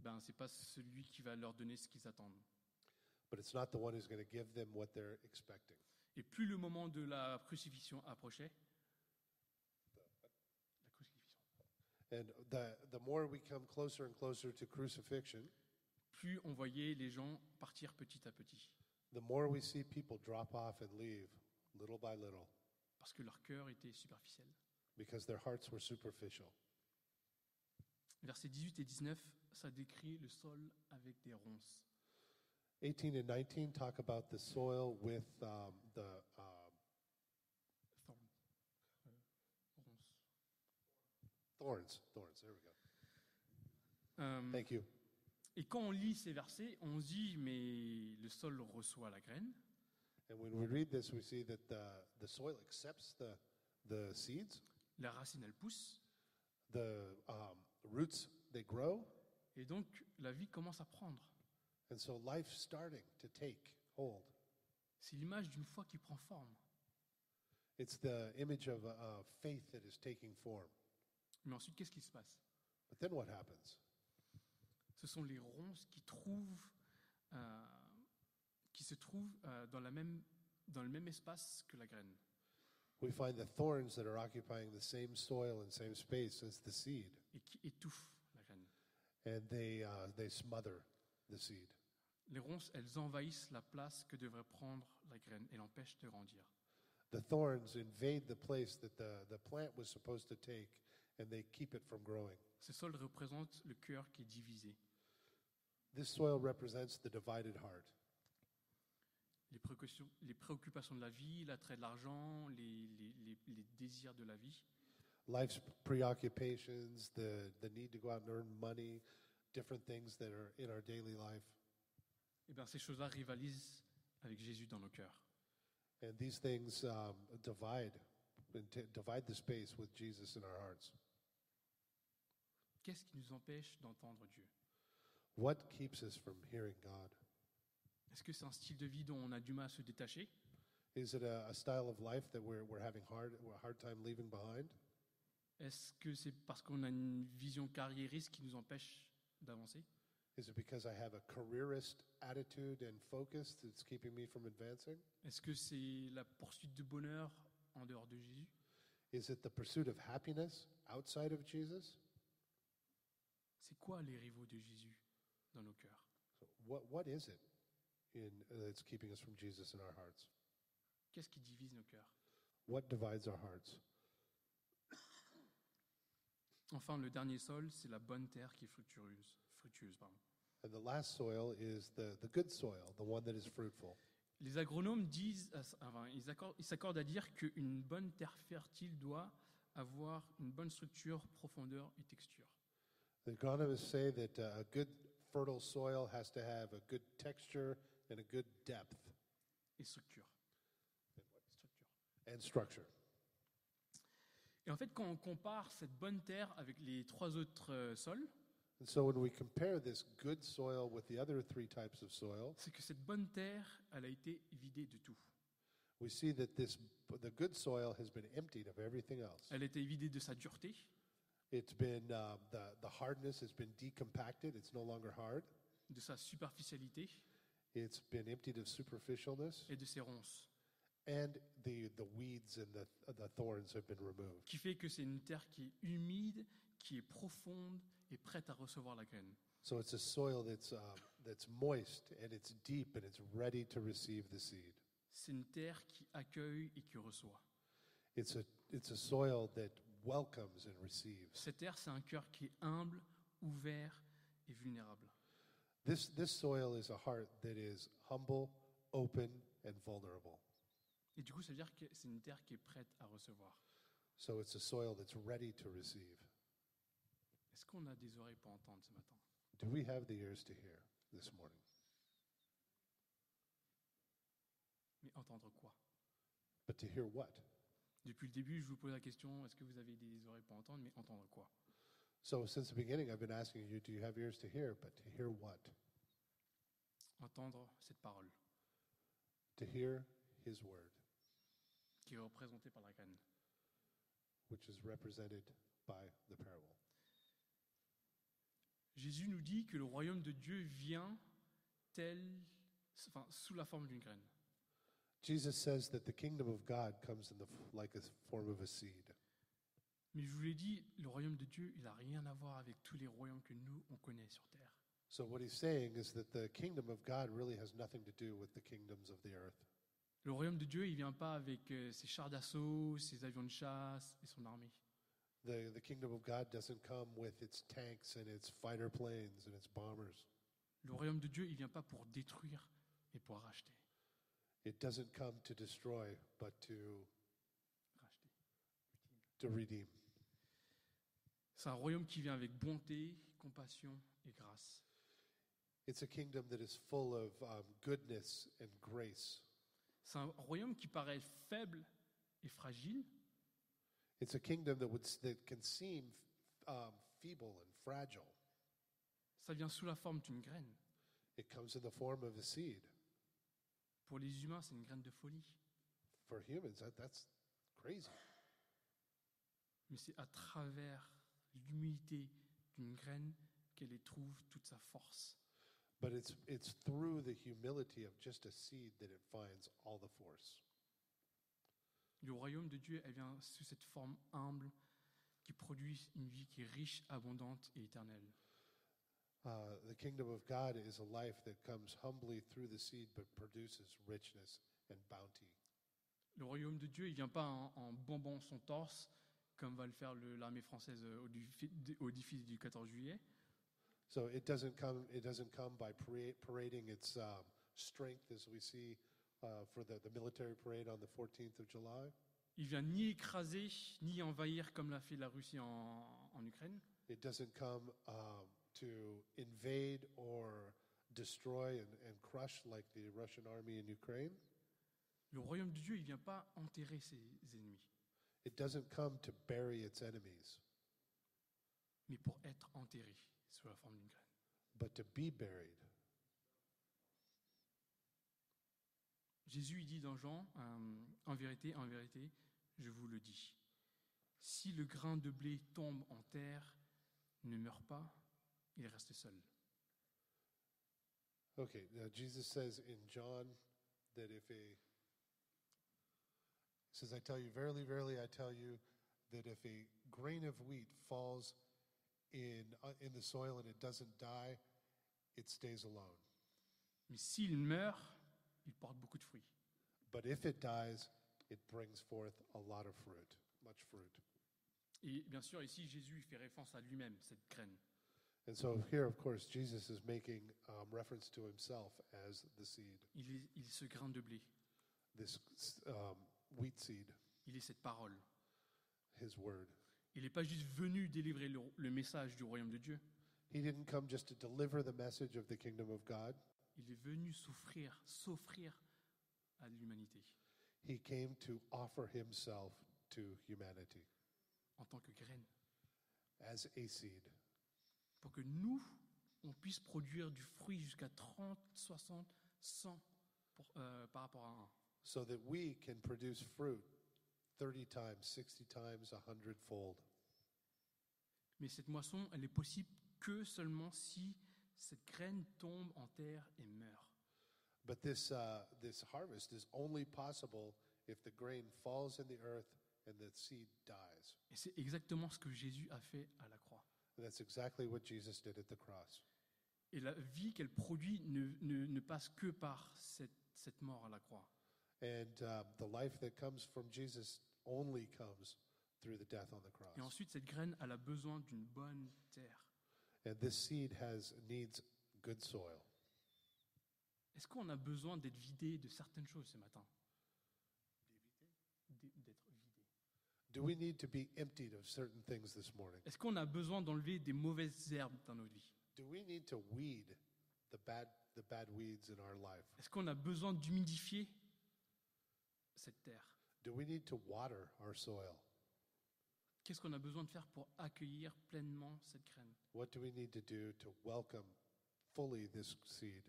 [SPEAKER 2] ben, c'est pas celui qui va leur donner ce qu'ils attendent.
[SPEAKER 1] but it's not the one who's going to give them what they're expecting.
[SPEAKER 2] Et plus le moment de la crucifixion approchait, la crucifixion,
[SPEAKER 1] And the, the more we come closer and closer to crucifixion,
[SPEAKER 2] plus on voyait les gens partir petit à petit,
[SPEAKER 1] the more we see people drop off and leave little by little
[SPEAKER 2] parce que leur cœur était superficiel.
[SPEAKER 1] because their hearts were superficial.
[SPEAKER 2] Versets 18 et 19, ça décrit le sol avec des ronces.
[SPEAKER 1] 18 and 19 talk about the soil with um, the, uh,
[SPEAKER 2] Thorn. Euh, ronces.
[SPEAKER 1] thorns. Thorns, there we go.
[SPEAKER 2] Euh,
[SPEAKER 1] Thank you.
[SPEAKER 2] et quand on lit ces versets, on se dit, mais le sol reçoit la graine,
[SPEAKER 1] And when we read this, we see that the, the soil accepts the, the seeds,
[SPEAKER 2] la racine elle pousse,
[SPEAKER 1] the um, roots, they grow.
[SPEAKER 2] et donc la vie commence à prendre.
[SPEAKER 1] And so life's starting to take hold.
[SPEAKER 2] C'est l'image d'une foi qui prend forme.
[SPEAKER 1] It's the image of a, a faith that is taking form.
[SPEAKER 2] Mais ensuite, qu'est-ce qui se passe
[SPEAKER 1] But then what happens?
[SPEAKER 2] Ce sont les ronces qui trouvent, euh, qui se trouve euh, dans, la même, dans le même espace que la graine.
[SPEAKER 1] We find the thorns that are occupying the same soil and same space as the seed,
[SPEAKER 2] et qui étouffe la graine.
[SPEAKER 1] and they, uh, they smother the seed.
[SPEAKER 2] Les ronces, elles envahissent la place que devrait prendre la graine et l'empêchent de grandir.
[SPEAKER 1] The thorns invade the place that the, the plant was supposed to take, and they keep it from growing.
[SPEAKER 2] Ce sol représente le cœur qui est divisé.
[SPEAKER 1] This soil represents the divided heart.
[SPEAKER 2] Les précautions- les préoccupations de la vie, l'attrait de l'argent, les, les- les- les désirs de la vie.
[SPEAKER 1] Life's preoccupations, the, the need to go out and earn money, different things that are in our daily life.
[SPEAKER 2] Eh bien, ces choses-là rivalisent avec Jésus dans nos cœurs.
[SPEAKER 1] And these things um, divide, and t- divide the space with Jesus in our hearts.
[SPEAKER 2] Qu'est-ce qui nous empêche d'entendre Dieu
[SPEAKER 1] What keeps us from hearing God?
[SPEAKER 2] Est-ce que c'est un style de vie dont on a du mal à se détacher
[SPEAKER 1] Is it a, a style of life that we're, we're having hard, a hard time leaving behind?
[SPEAKER 2] Est-ce que c'est parce qu'on a une vision carriériste qui nous empêche d'avancer
[SPEAKER 1] Is it because I have a careerist attitude and focus that's keeping me from advancing?
[SPEAKER 2] Est-ce que c'est la poursuite de bonheur en dehors de Jésus
[SPEAKER 1] Is it the pursuit of happiness outside of Jesus?
[SPEAKER 2] C'est quoi les rivaux de Jésus dans nos cœurs
[SPEAKER 1] So what, what is it in, uh, that's keeping us from Jesus in our hearts?
[SPEAKER 2] Qu'est-ce qui divise nos cœurs
[SPEAKER 1] What divides our hearts?
[SPEAKER 2] Enfin, le dernier sol, c'est la bonne terre qui est fructueuse. fructueuse pardon.
[SPEAKER 1] And the last soil is the, the good soil, the one that is fruitful.
[SPEAKER 2] Les agronomes disent, à s- enfin, ils accor- ils s'accordent à dire qu'une bonne terre fertile doit avoir une bonne structure, profondeur et texture.
[SPEAKER 1] The agronomists say that uh, a good fertile soil has to have a good texture and a good depth
[SPEAKER 2] Et structure. Structure.
[SPEAKER 1] and structure.
[SPEAKER 2] Et en fait, quand on compare cette bonne terre avec les trois autres euh, sols,
[SPEAKER 1] And so when we compare this good soil with the other three types of soil,
[SPEAKER 2] c'est que cette bonne terre, elle a été vidée de tout.
[SPEAKER 1] we see that this the good soil has been emptied of everything else.
[SPEAKER 2] Elle a été vidée de sa dureté,
[SPEAKER 1] It's been uh, the the hardness has been decompacted. It's no longer hard.
[SPEAKER 2] de sa superficialité
[SPEAKER 1] It's been emptied of superficialness,
[SPEAKER 2] et de ses ronces,
[SPEAKER 1] and the the weeds and the the thorns have been removed.
[SPEAKER 2] qui fait que c'est une terre qui est humide, qui est profonde et prête à recevoir la graine.
[SPEAKER 1] So it's a soil that's uh, that's moist and it's deep and it's ready to receive the seed.
[SPEAKER 2] C'est une terre qui accueille et qui reçoit.
[SPEAKER 1] It's a it's a soil that welcomes and receives.
[SPEAKER 2] Cette terre, c'est un cœur qui est humble, ouvert et vulnérable.
[SPEAKER 1] This this soil is a heart that is humble, open, and vulnerable.
[SPEAKER 2] Et du coup, ça veut dire que c'est une terre qui est prête à recevoir.
[SPEAKER 1] So it's a soil that's ready to receive.
[SPEAKER 2] Est-ce qu'on a des oreilles pour entendre ce matin
[SPEAKER 1] Do we have the ears to hear this morning?
[SPEAKER 2] Mais entendre quoi
[SPEAKER 1] But to hear what?
[SPEAKER 2] Depuis le début, je vous pose la question, est-ce que vous avez des oreilles pour entendre Mais entendre quoi
[SPEAKER 1] So since the beginning, I've been asking you, do you have ears to hear? But to hear what?
[SPEAKER 2] Entendre cette parole
[SPEAKER 1] To hear His word,
[SPEAKER 2] qui est représentée par la graine.
[SPEAKER 1] which is represented by the parable.
[SPEAKER 2] Jésus nous dit que le royaume de Dieu vient tel, enfin, sous la forme d'une graine.
[SPEAKER 1] Jesus says that the kingdom of God comes in the f- like a s- form of a seed.
[SPEAKER 2] Mais je vous l'ai dit, le royaume de Dieu, il n'a rien à voir avec tous les royaumes que nous, on connaît sur Terre.
[SPEAKER 1] So what he's saying is that the kingdom of God really has nothing to do with the kingdoms of the earth.
[SPEAKER 2] Le royaume de Dieu, il vient pas avec euh, ses chars d'assaut, ses avions de chasse et son armée.
[SPEAKER 1] The, the kingdom of God doesn't come with its tanks and its fighter planes and its bombers.
[SPEAKER 2] Le royaume de Dieu, il vient pas pour détruire, mais pour racheter.
[SPEAKER 1] It doesn't come to destroy, but to
[SPEAKER 2] racheter.
[SPEAKER 1] to redeem.
[SPEAKER 2] C'est un royaume qui vient avec bonté, compassion et grâce.
[SPEAKER 1] It's a kingdom that is full of um, goodness and grace.
[SPEAKER 2] C'est un royaume qui paraît faible et fragile,
[SPEAKER 1] It's a kingdom that would s- that can seem um, feeble and fragile.
[SPEAKER 2] ça vient sous la forme d'une graine.
[SPEAKER 1] It comes in the form of a seed.
[SPEAKER 2] Pour les humains, c'est une graine de folie.
[SPEAKER 1] For humans, that, that's crazy.
[SPEAKER 2] Mais c'est à travers l'humilité d'une graine qu'elle y trouve toute sa force.
[SPEAKER 1] But it's, it's through the humility of just a seed that it finds all the force.
[SPEAKER 2] Le royaume de Dieu, elle vient sous cette forme humble qui produit une vie qui est riche, abondante et éternelle.
[SPEAKER 1] Uh, the kingdom of God is a life that comes humbly through the seed but produces richness and bounty.
[SPEAKER 2] Le royaume de Dieu, il vient pas en, en bombant son torse, comme va le faire le- l'armée française euh, au, défi, au défi du 14 juillet.
[SPEAKER 1] So it doesn't come, it doesn't come by para- parading its um, strength as we see uh, for the, the military parade on the 14th of July.
[SPEAKER 2] Il vient ni écraser, ni envahir, comme l'a fait la Russie en, en Ukraine.
[SPEAKER 1] It doesn't come um, to invade or destroy and, and crush like the Russian army in Ukraine.
[SPEAKER 2] Le royaume de Dieu, il vient pas enterrer ses ennemis,
[SPEAKER 1] It doesn't come to bury its enemies,
[SPEAKER 2] mais pour être enterré sous la forme d'une graine.
[SPEAKER 1] but to be buried.
[SPEAKER 2] Jésus il dit dans Jean, euh, en vérité, en vérité, je vous le dis, si le grain de blé tombe en terre, ne meurt pas, il reste seul.
[SPEAKER 1] Okay, now Jesus says in John that if a says, I tell you, verily, verily, I tell you that if a grain of wheat falls in uh, in the soil and it doesn't die, it stays alone.
[SPEAKER 2] Mais s'il meurt, il porte beaucoup de fruits.
[SPEAKER 1] But if it dies, it brings forth a lot of fruit, much fruit.
[SPEAKER 2] Et bien sûr, ici, Jésus il fait référence à lui-même, cette graine.
[SPEAKER 1] And so here, of course, Jesus is making um, reference to himself as the seed,
[SPEAKER 2] Il est, il est ce grain de blé,
[SPEAKER 1] this s- um, wheat seed,
[SPEAKER 2] il est cette parole.
[SPEAKER 1] his word.
[SPEAKER 2] Il n'est pas juste venu délivrer le, le message du royaume de Dieu,
[SPEAKER 1] He didn't come just to deliver the message of the kingdom of God.
[SPEAKER 2] il est venu souffrir, s'offrir à l'humanité
[SPEAKER 1] He came to offer himself to humanity
[SPEAKER 2] en tant que graine.
[SPEAKER 1] as a seed
[SPEAKER 2] pour que nous, on puisse produire du fruit jusqu'à 30, 60, 100 pour- euh, par rapport à un.
[SPEAKER 1] so that we can produce fruit 30 times, 60 times, 100 fold.
[SPEAKER 2] Mais cette moisson, elle est possible que seulement si cette graine tombe en terre et meurt.
[SPEAKER 1] But this, uh, this harvest is only possible if the grain falls in the earth and the seed dies.
[SPEAKER 2] Et c'est exactement ce que Jésus a fait à la croix.
[SPEAKER 1] And that's exactly what Jesus did at the cross.
[SPEAKER 2] Et la vie qu'elle produit ne, ne- ne passe que par cette, cette mort à la croix.
[SPEAKER 1] And uh, the life that comes from Jesus only comes through the death on the
[SPEAKER 2] Et
[SPEAKER 1] cross.
[SPEAKER 2] ensuite, cette graine, elle a besoin d'une bonne terre.
[SPEAKER 1] And this seed has needs good soil.
[SPEAKER 2] Est-ce qu'on a besoin d'être vidé de certaines choses ce matin D'être vidé.
[SPEAKER 1] Do we need to be emptied of certain things this morning?
[SPEAKER 2] Est-ce qu'on a besoin d'enlever des mauvaises herbes dans notre vie
[SPEAKER 1] Do we need to weed the bad the bad weeds in our life?
[SPEAKER 2] Est-ce qu'on a besoin d'humidifier cette terre
[SPEAKER 1] Do we need to water our soil?
[SPEAKER 2] Qu'est-ce qu'on a besoin de faire pour accueillir pleinement cette graine
[SPEAKER 1] What do we need to do to welcome fully this seed?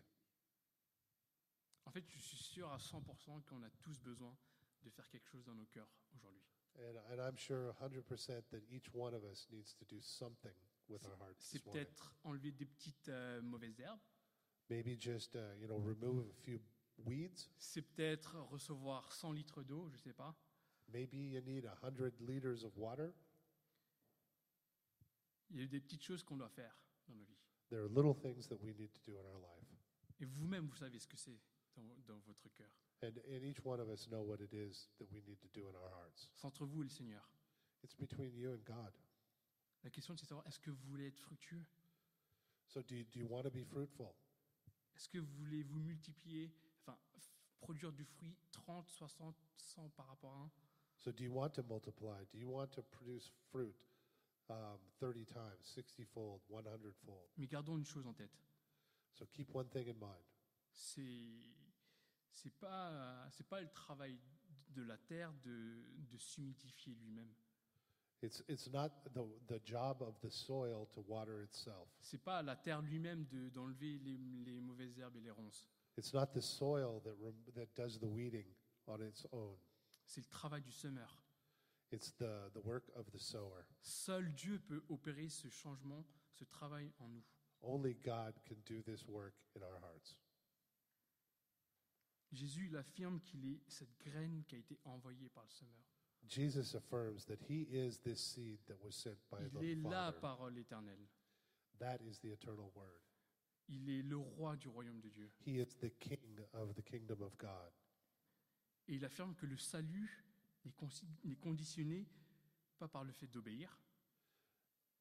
[SPEAKER 2] En fait, je suis sûr à 100% qu'on a tous besoin de faire quelque chose dans nos cœurs aujourd'hui.
[SPEAKER 1] And, and I'm sure 100% that each one of us needs to do something with our hearts
[SPEAKER 2] C'est
[SPEAKER 1] this morning.
[SPEAKER 2] peut-être enlever des petites euh, mauvaises herbes,
[SPEAKER 1] Maybe just uh, you know remove a few weeds.
[SPEAKER 2] c'est peut-être recevoir 100 litres d'eau, je sais pas.
[SPEAKER 1] Maybe you need 100 liters of water.
[SPEAKER 2] Il y a des petites choses qu'on doit faire dans nos vies.
[SPEAKER 1] There are little things that we need to do in our life.
[SPEAKER 2] Et vous-même, vous savez ce que c'est dans, dans votre cœur.
[SPEAKER 1] And, and each one of us know what it is that we need to do in our hearts.
[SPEAKER 2] C'est entre vous et le Seigneur.
[SPEAKER 1] It's between you and God.
[SPEAKER 2] La question, c'est de savoir, est-ce que vous voulez être fructueux
[SPEAKER 1] So do you, do you want to be fruitful?
[SPEAKER 2] Est-ce que vous voulez vous multiplier, enfin, f- produire du fruit 30, 60, 100 par rapport à un
[SPEAKER 1] So do you want to multiply? Do you want to produce fruit um, 30 times, 60 fold, 100 fold?
[SPEAKER 2] Mais gardons une chose en tête.
[SPEAKER 1] So keep one thing in mind.
[SPEAKER 2] C'est, c'est pas, c'est pas le travail de la terre de, de s'humidifier lui-même.
[SPEAKER 1] It's, it's not the, the job of the soil to water itself.
[SPEAKER 2] C'est pas à la terre lui-même de, d'enlever les, les mauvaises herbes et les ronces.
[SPEAKER 1] It's not the soil that, rem- that does the weeding on its own.
[SPEAKER 2] C'est le travail du semeur.
[SPEAKER 1] It's the, the work of the sower.
[SPEAKER 2] Seul Dieu peut opérer ce changement, ce travail en nous.
[SPEAKER 1] Only God can do this work in our hearts.
[SPEAKER 2] Jésus il affirme qu'il est cette graine qui a été envoyée par le semeur.
[SPEAKER 1] Jesus affirms that he is this seed that was sent by
[SPEAKER 2] Il est
[SPEAKER 1] the
[SPEAKER 2] la
[SPEAKER 1] Father.
[SPEAKER 2] parole éternelle.
[SPEAKER 1] That is the eternal word.
[SPEAKER 2] Il est le roi du royaume de Dieu.
[SPEAKER 1] He is the king of the kingdom of God.
[SPEAKER 2] Et il affirme que le salut n'est consi- n'est conditionné pas par le fait d'obéir,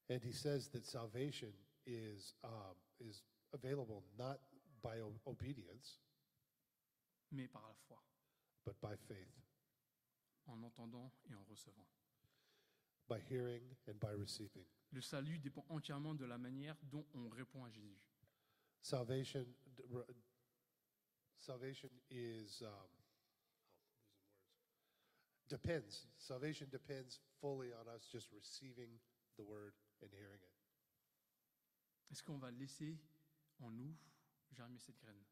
[SPEAKER 1] And he says that salvation is, um, is available not by o- obedience,
[SPEAKER 2] mais par la foi,
[SPEAKER 1] but by faith,
[SPEAKER 2] en entendant et en recevant.
[SPEAKER 1] by hearing and by receiving.
[SPEAKER 2] Le salut dépend entièrement de la manière dont on répond à Jésus.
[SPEAKER 1] Salvation, d- r- salvation is um, depends. Salvation depends fully on us just receiving the word and hearing it.
[SPEAKER 2] Est-ce qu'on va laisser en nous germer cette graine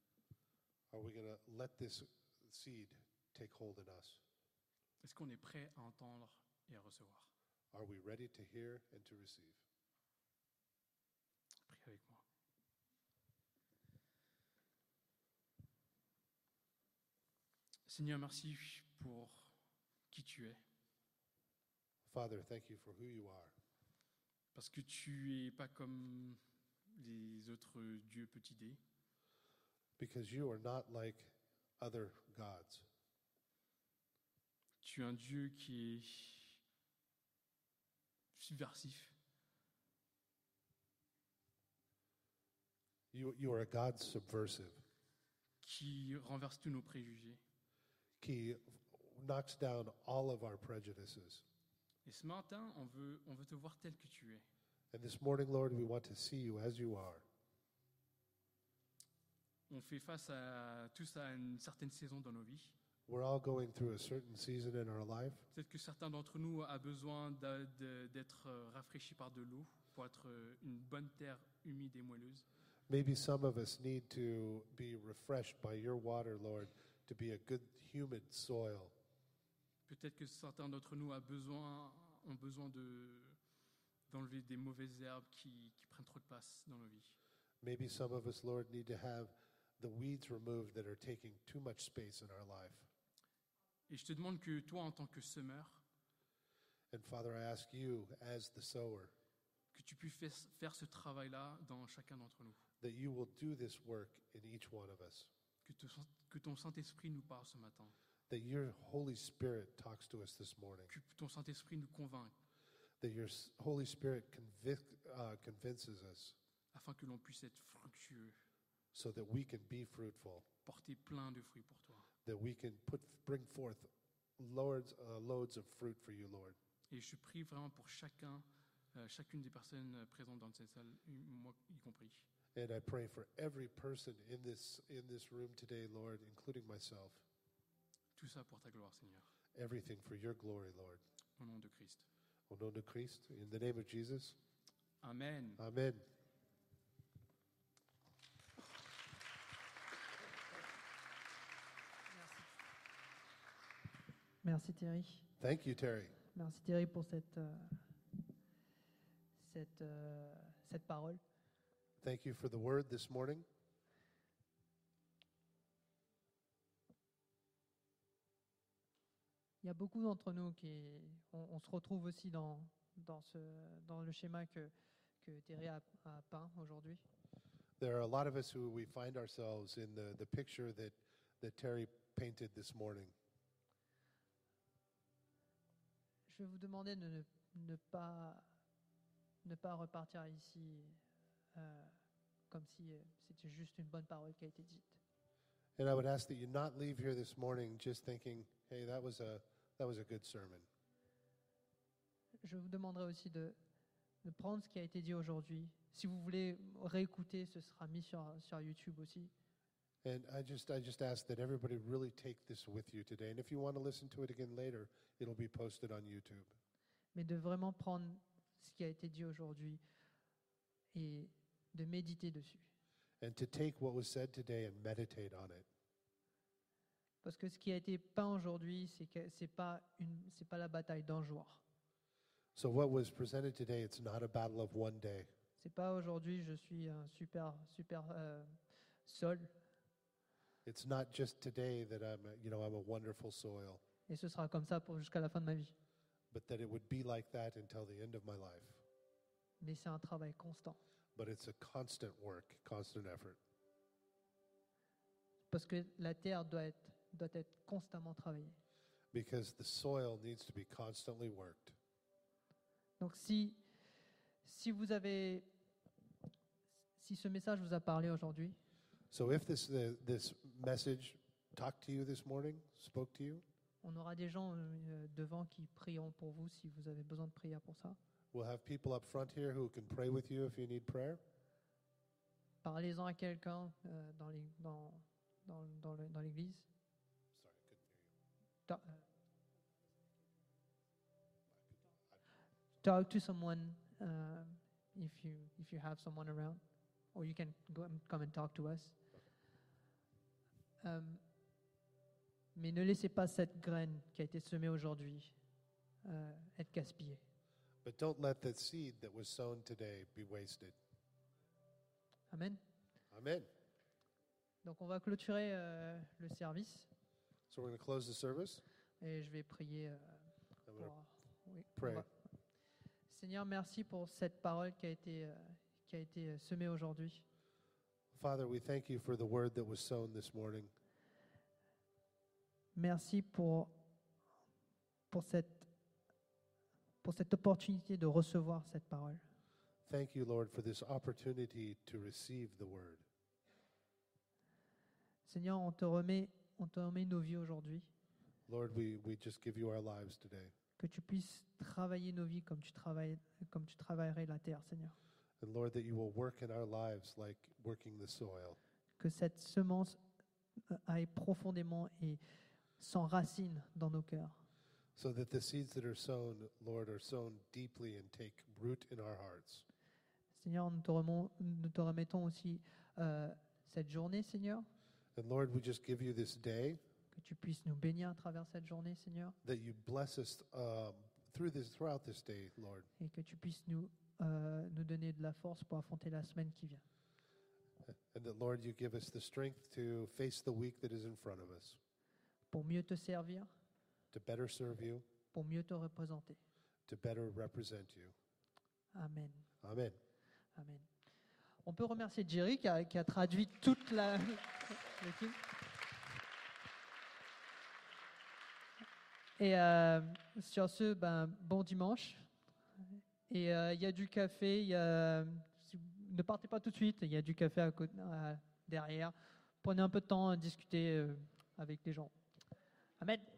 [SPEAKER 1] Are we going to let this seed take hold in us?
[SPEAKER 2] Est-ce qu'on est prêt à entendre et à recevoir
[SPEAKER 1] Are we ready to hear and to receive?
[SPEAKER 2] Prie avec moi. Seigneur, merci pour qui tu es,
[SPEAKER 1] Father, thank you for who you are,
[SPEAKER 2] parce que tu es pas comme les autres dieux petits dés.
[SPEAKER 1] because you are not like other gods.
[SPEAKER 2] Tu es un Dieu qui est subversif.
[SPEAKER 1] You, you are a God subversive,
[SPEAKER 2] qui renverse tous nos préjugés.
[SPEAKER 1] he knocks down all of our prejudices.
[SPEAKER 2] Et ce matin, on veut, on veut te voir tel que tu es.
[SPEAKER 1] And this morning, Lord, we want to see you as you are.
[SPEAKER 2] On fait face à tous à une certaine saison dans nos vies.
[SPEAKER 1] We're all going through a certain season in our life.
[SPEAKER 2] Peut-être que certains d'entre nous a besoin d'a- de- d'être euh, rafraîchis par de l'eau pour être euh, une bonne terre humide et moelleuse.
[SPEAKER 1] Maybe some of us need to be refreshed by your water, Lord, to be a good, humid soil.
[SPEAKER 2] Peut-être que certains d'entre nous a besoin, ont besoin de d'enlever des mauvaises herbes qui, qui prennent trop de place dans nos vies.
[SPEAKER 1] Maybe some of us, Lord, need to have the weeds removed that are taking too much space in our life.
[SPEAKER 2] Et je te demande que toi, en tant que semeur,
[SPEAKER 1] And Father, I ask you, as the sower,
[SPEAKER 2] que tu puisses fais- faire ce travail-là dans chacun d'entre nous.
[SPEAKER 1] that you will do this work in each one of us,
[SPEAKER 2] Que, te- que ton Saint-Esprit nous parle ce matin.
[SPEAKER 1] that your Holy Spirit talks to us this morning,
[SPEAKER 2] Que ton Saint-Esprit nous convainc
[SPEAKER 1] that your s- Holy Spirit convic- uh, convinces us
[SPEAKER 2] afin que l'on puisse être fructueux,
[SPEAKER 1] so that we can be fruitful,
[SPEAKER 2] porter plein de fruits pour toi.
[SPEAKER 1] that we can put, bring forth loads, uh, loads of fruit for you, Lord.
[SPEAKER 2] Et je prie vraiment pour chacun, euh, chacune des personnes euh, présentes dans cette salle, y- moi y compris.
[SPEAKER 1] And I pray for every person in this, in this room today, Lord, including myself,
[SPEAKER 2] Tout ça pour ta gloire, Seigneur.
[SPEAKER 1] everything for your glory, Lord.
[SPEAKER 2] Au nom de Christ.
[SPEAKER 1] Au nom de Christ, in the name of Jesus,
[SPEAKER 2] Amen.
[SPEAKER 1] Amen.
[SPEAKER 3] Merci Thierry.
[SPEAKER 1] Thank you, Terry.
[SPEAKER 3] Merci Thierry pour cette, euh, cette, euh, cette parole.
[SPEAKER 1] Thank you for the word this morning.
[SPEAKER 3] Il y a beaucoup d'entre nous qui on, on se retrouve aussi dans, dans, ce, dans le schéma que, que Thierry a, a peint aujourd'hui.
[SPEAKER 1] There are a lot of us who we find ourselves in the, the picture that, that Terry painted this morning.
[SPEAKER 3] Je vais vous demander de ne, ne pas, ne pas repartir ici euh, comme si euh, c'était juste une bonne parole qui a été dite.
[SPEAKER 1] And I would ask that you not leave here this morning just thinking, hey, that was a, that was a good sermon.
[SPEAKER 3] Je vous demanderai aussi de, de prendre ce qui a été dit aujourd'hui. Si vous voulez réécouter, ce sera mis sur, sur YouTube aussi.
[SPEAKER 1] And I just, I just ask that everybody really take this with you today. And if you want to listen to it again later, it'll be posted on YouTube.
[SPEAKER 3] mais de vraiment prendre ce qui a été dit aujourd'hui et de méditer dessus.
[SPEAKER 1] And to take what was said today and meditate on it.
[SPEAKER 3] Parce que ce qui a été peint aujourd'hui, c'est que c'est pas une, c'est pas la bataille d'un joueur.
[SPEAKER 1] So, what was presented today, it's not a battle of one day,
[SPEAKER 3] C'est pas aujourd'hui je suis un super super euh, sol
[SPEAKER 1] It's not just today that I'm, a- you know, I'm a wonderful soil,
[SPEAKER 3] et ce sera comme ça pour jusqu'à la fin de ma vie.
[SPEAKER 1] but that it would be like that until the end of my life.
[SPEAKER 3] Mais c'est un travail constant
[SPEAKER 1] But it's a constant work, constant effort,
[SPEAKER 3] parce que la terre doit être doit être constamment travaillée.
[SPEAKER 1] because the soil needs to be constantly worked.
[SPEAKER 3] Donc si si vous avez si ce message vous a parlé aujourd'hui,
[SPEAKER 1] So if this the, this message talked to you this morning, spoke to you,
[SPEAKER 3] on aura des gens euh, devant qui prieront pour vous si vous avez besoin de prière pour ça.
[SPEAKER 1] we'll have people up front here who can pray with you if you need prayer.
[SPEAKER 3] Parlez-en à quelqu'un euh, dans les- dans- dans- dans le- dans l'église. uh, Ta- Talk to someone um, if you if you have someone around, or you can go and come and talk to us. Um, mais ne laissez pas cette graine qui a été semée aujourd'hui euh, être gaspillée.
[SPEAKER 1] But don't let that seed that was sown today be wasted.
[SPEAKER 3] Amen.
[SPEAKER 1] Amen.
[SPEAKER 3] Donc on va clôturer euh, le service
[SPEAKER 1] So we're going to close the service.
[SPEAKER 3] et je vais prier. euh,
[SPEAKER 1] I'm gonna-
[SPEAKER 3] pour- oui, on
[SPEAKER 1] pray.
[SPEAKER 3] va- Seigneur, merci pour cette parole qui a été, euh, qui a été euh, semée aujourd'hui.
[SPEAKER 1] Father, we thank you for the word that was sown this morning.
[SPEAKER 3] Merci pour, pour, cette, pour cette opportunité de recevoir cette parole.
[SPEAKER 1] Thank you, Lord, for this opportunity to receive the word.
[SPEAKER 3] Seigneur, on te remet, on te remet nos vies aujourd'hui,
[SPEAKER 1] Lord, we, we just give you our lives today.
[SPEAKER 3] que tu puisses travailler nos vies comme tu, travailles, comme tu travaillerais la terre, Seigneur.
[SPEAKER 1] And Lord, that you will work in our lives like working the soil.
[SPEAKER 3] Que cette semence euh, aille profondément et s'enracine dans nos cœurs.
[SPEAKER 1] So that the seeds that are sown, Lord, are sown deeply and take root in our hearts.
[SPEAKER 3] Seigneur, nous te, remon- nous te remettons aussi euh, cette journée, Seigneur,
[SPEAKER 1] And Lord, we just give you this day
[SPEAKER 3] que tu puisses nous bénir à travers cette journée, Seigneur,
[SPEAKER 1] that you bless us um, through this throughout this day, Lord,
[SPEAKER 3] et que tu puisses nous, euh, nous donner de la force pour affronter la semaine qui vient.
[SPEAKER 1] and that Lord, you give us the strength to face the week that is in front of us,
[SPEAKER 3] pour mieux te servir,
[SPEAKER 1] to better serve you,
[SPEAKER 3] pour mieux te représenter.
[SPEAKER 1] to better represent you.
[SPEAKER 3] Amen.
[SPEAKER 1] Amen.
[SPEAKER 3] Amen. On peut remercier Jerry qui a, qui a traduit toute la. le film. Et euh, sur ce, ben, bon dimanche. Et euh, il y a du café. il y a- si- Ne partez pas tout de suite. Il y a du café à côté, à- derrière. Prenez un peu de temps à discuter euh, avec les gens. Amen.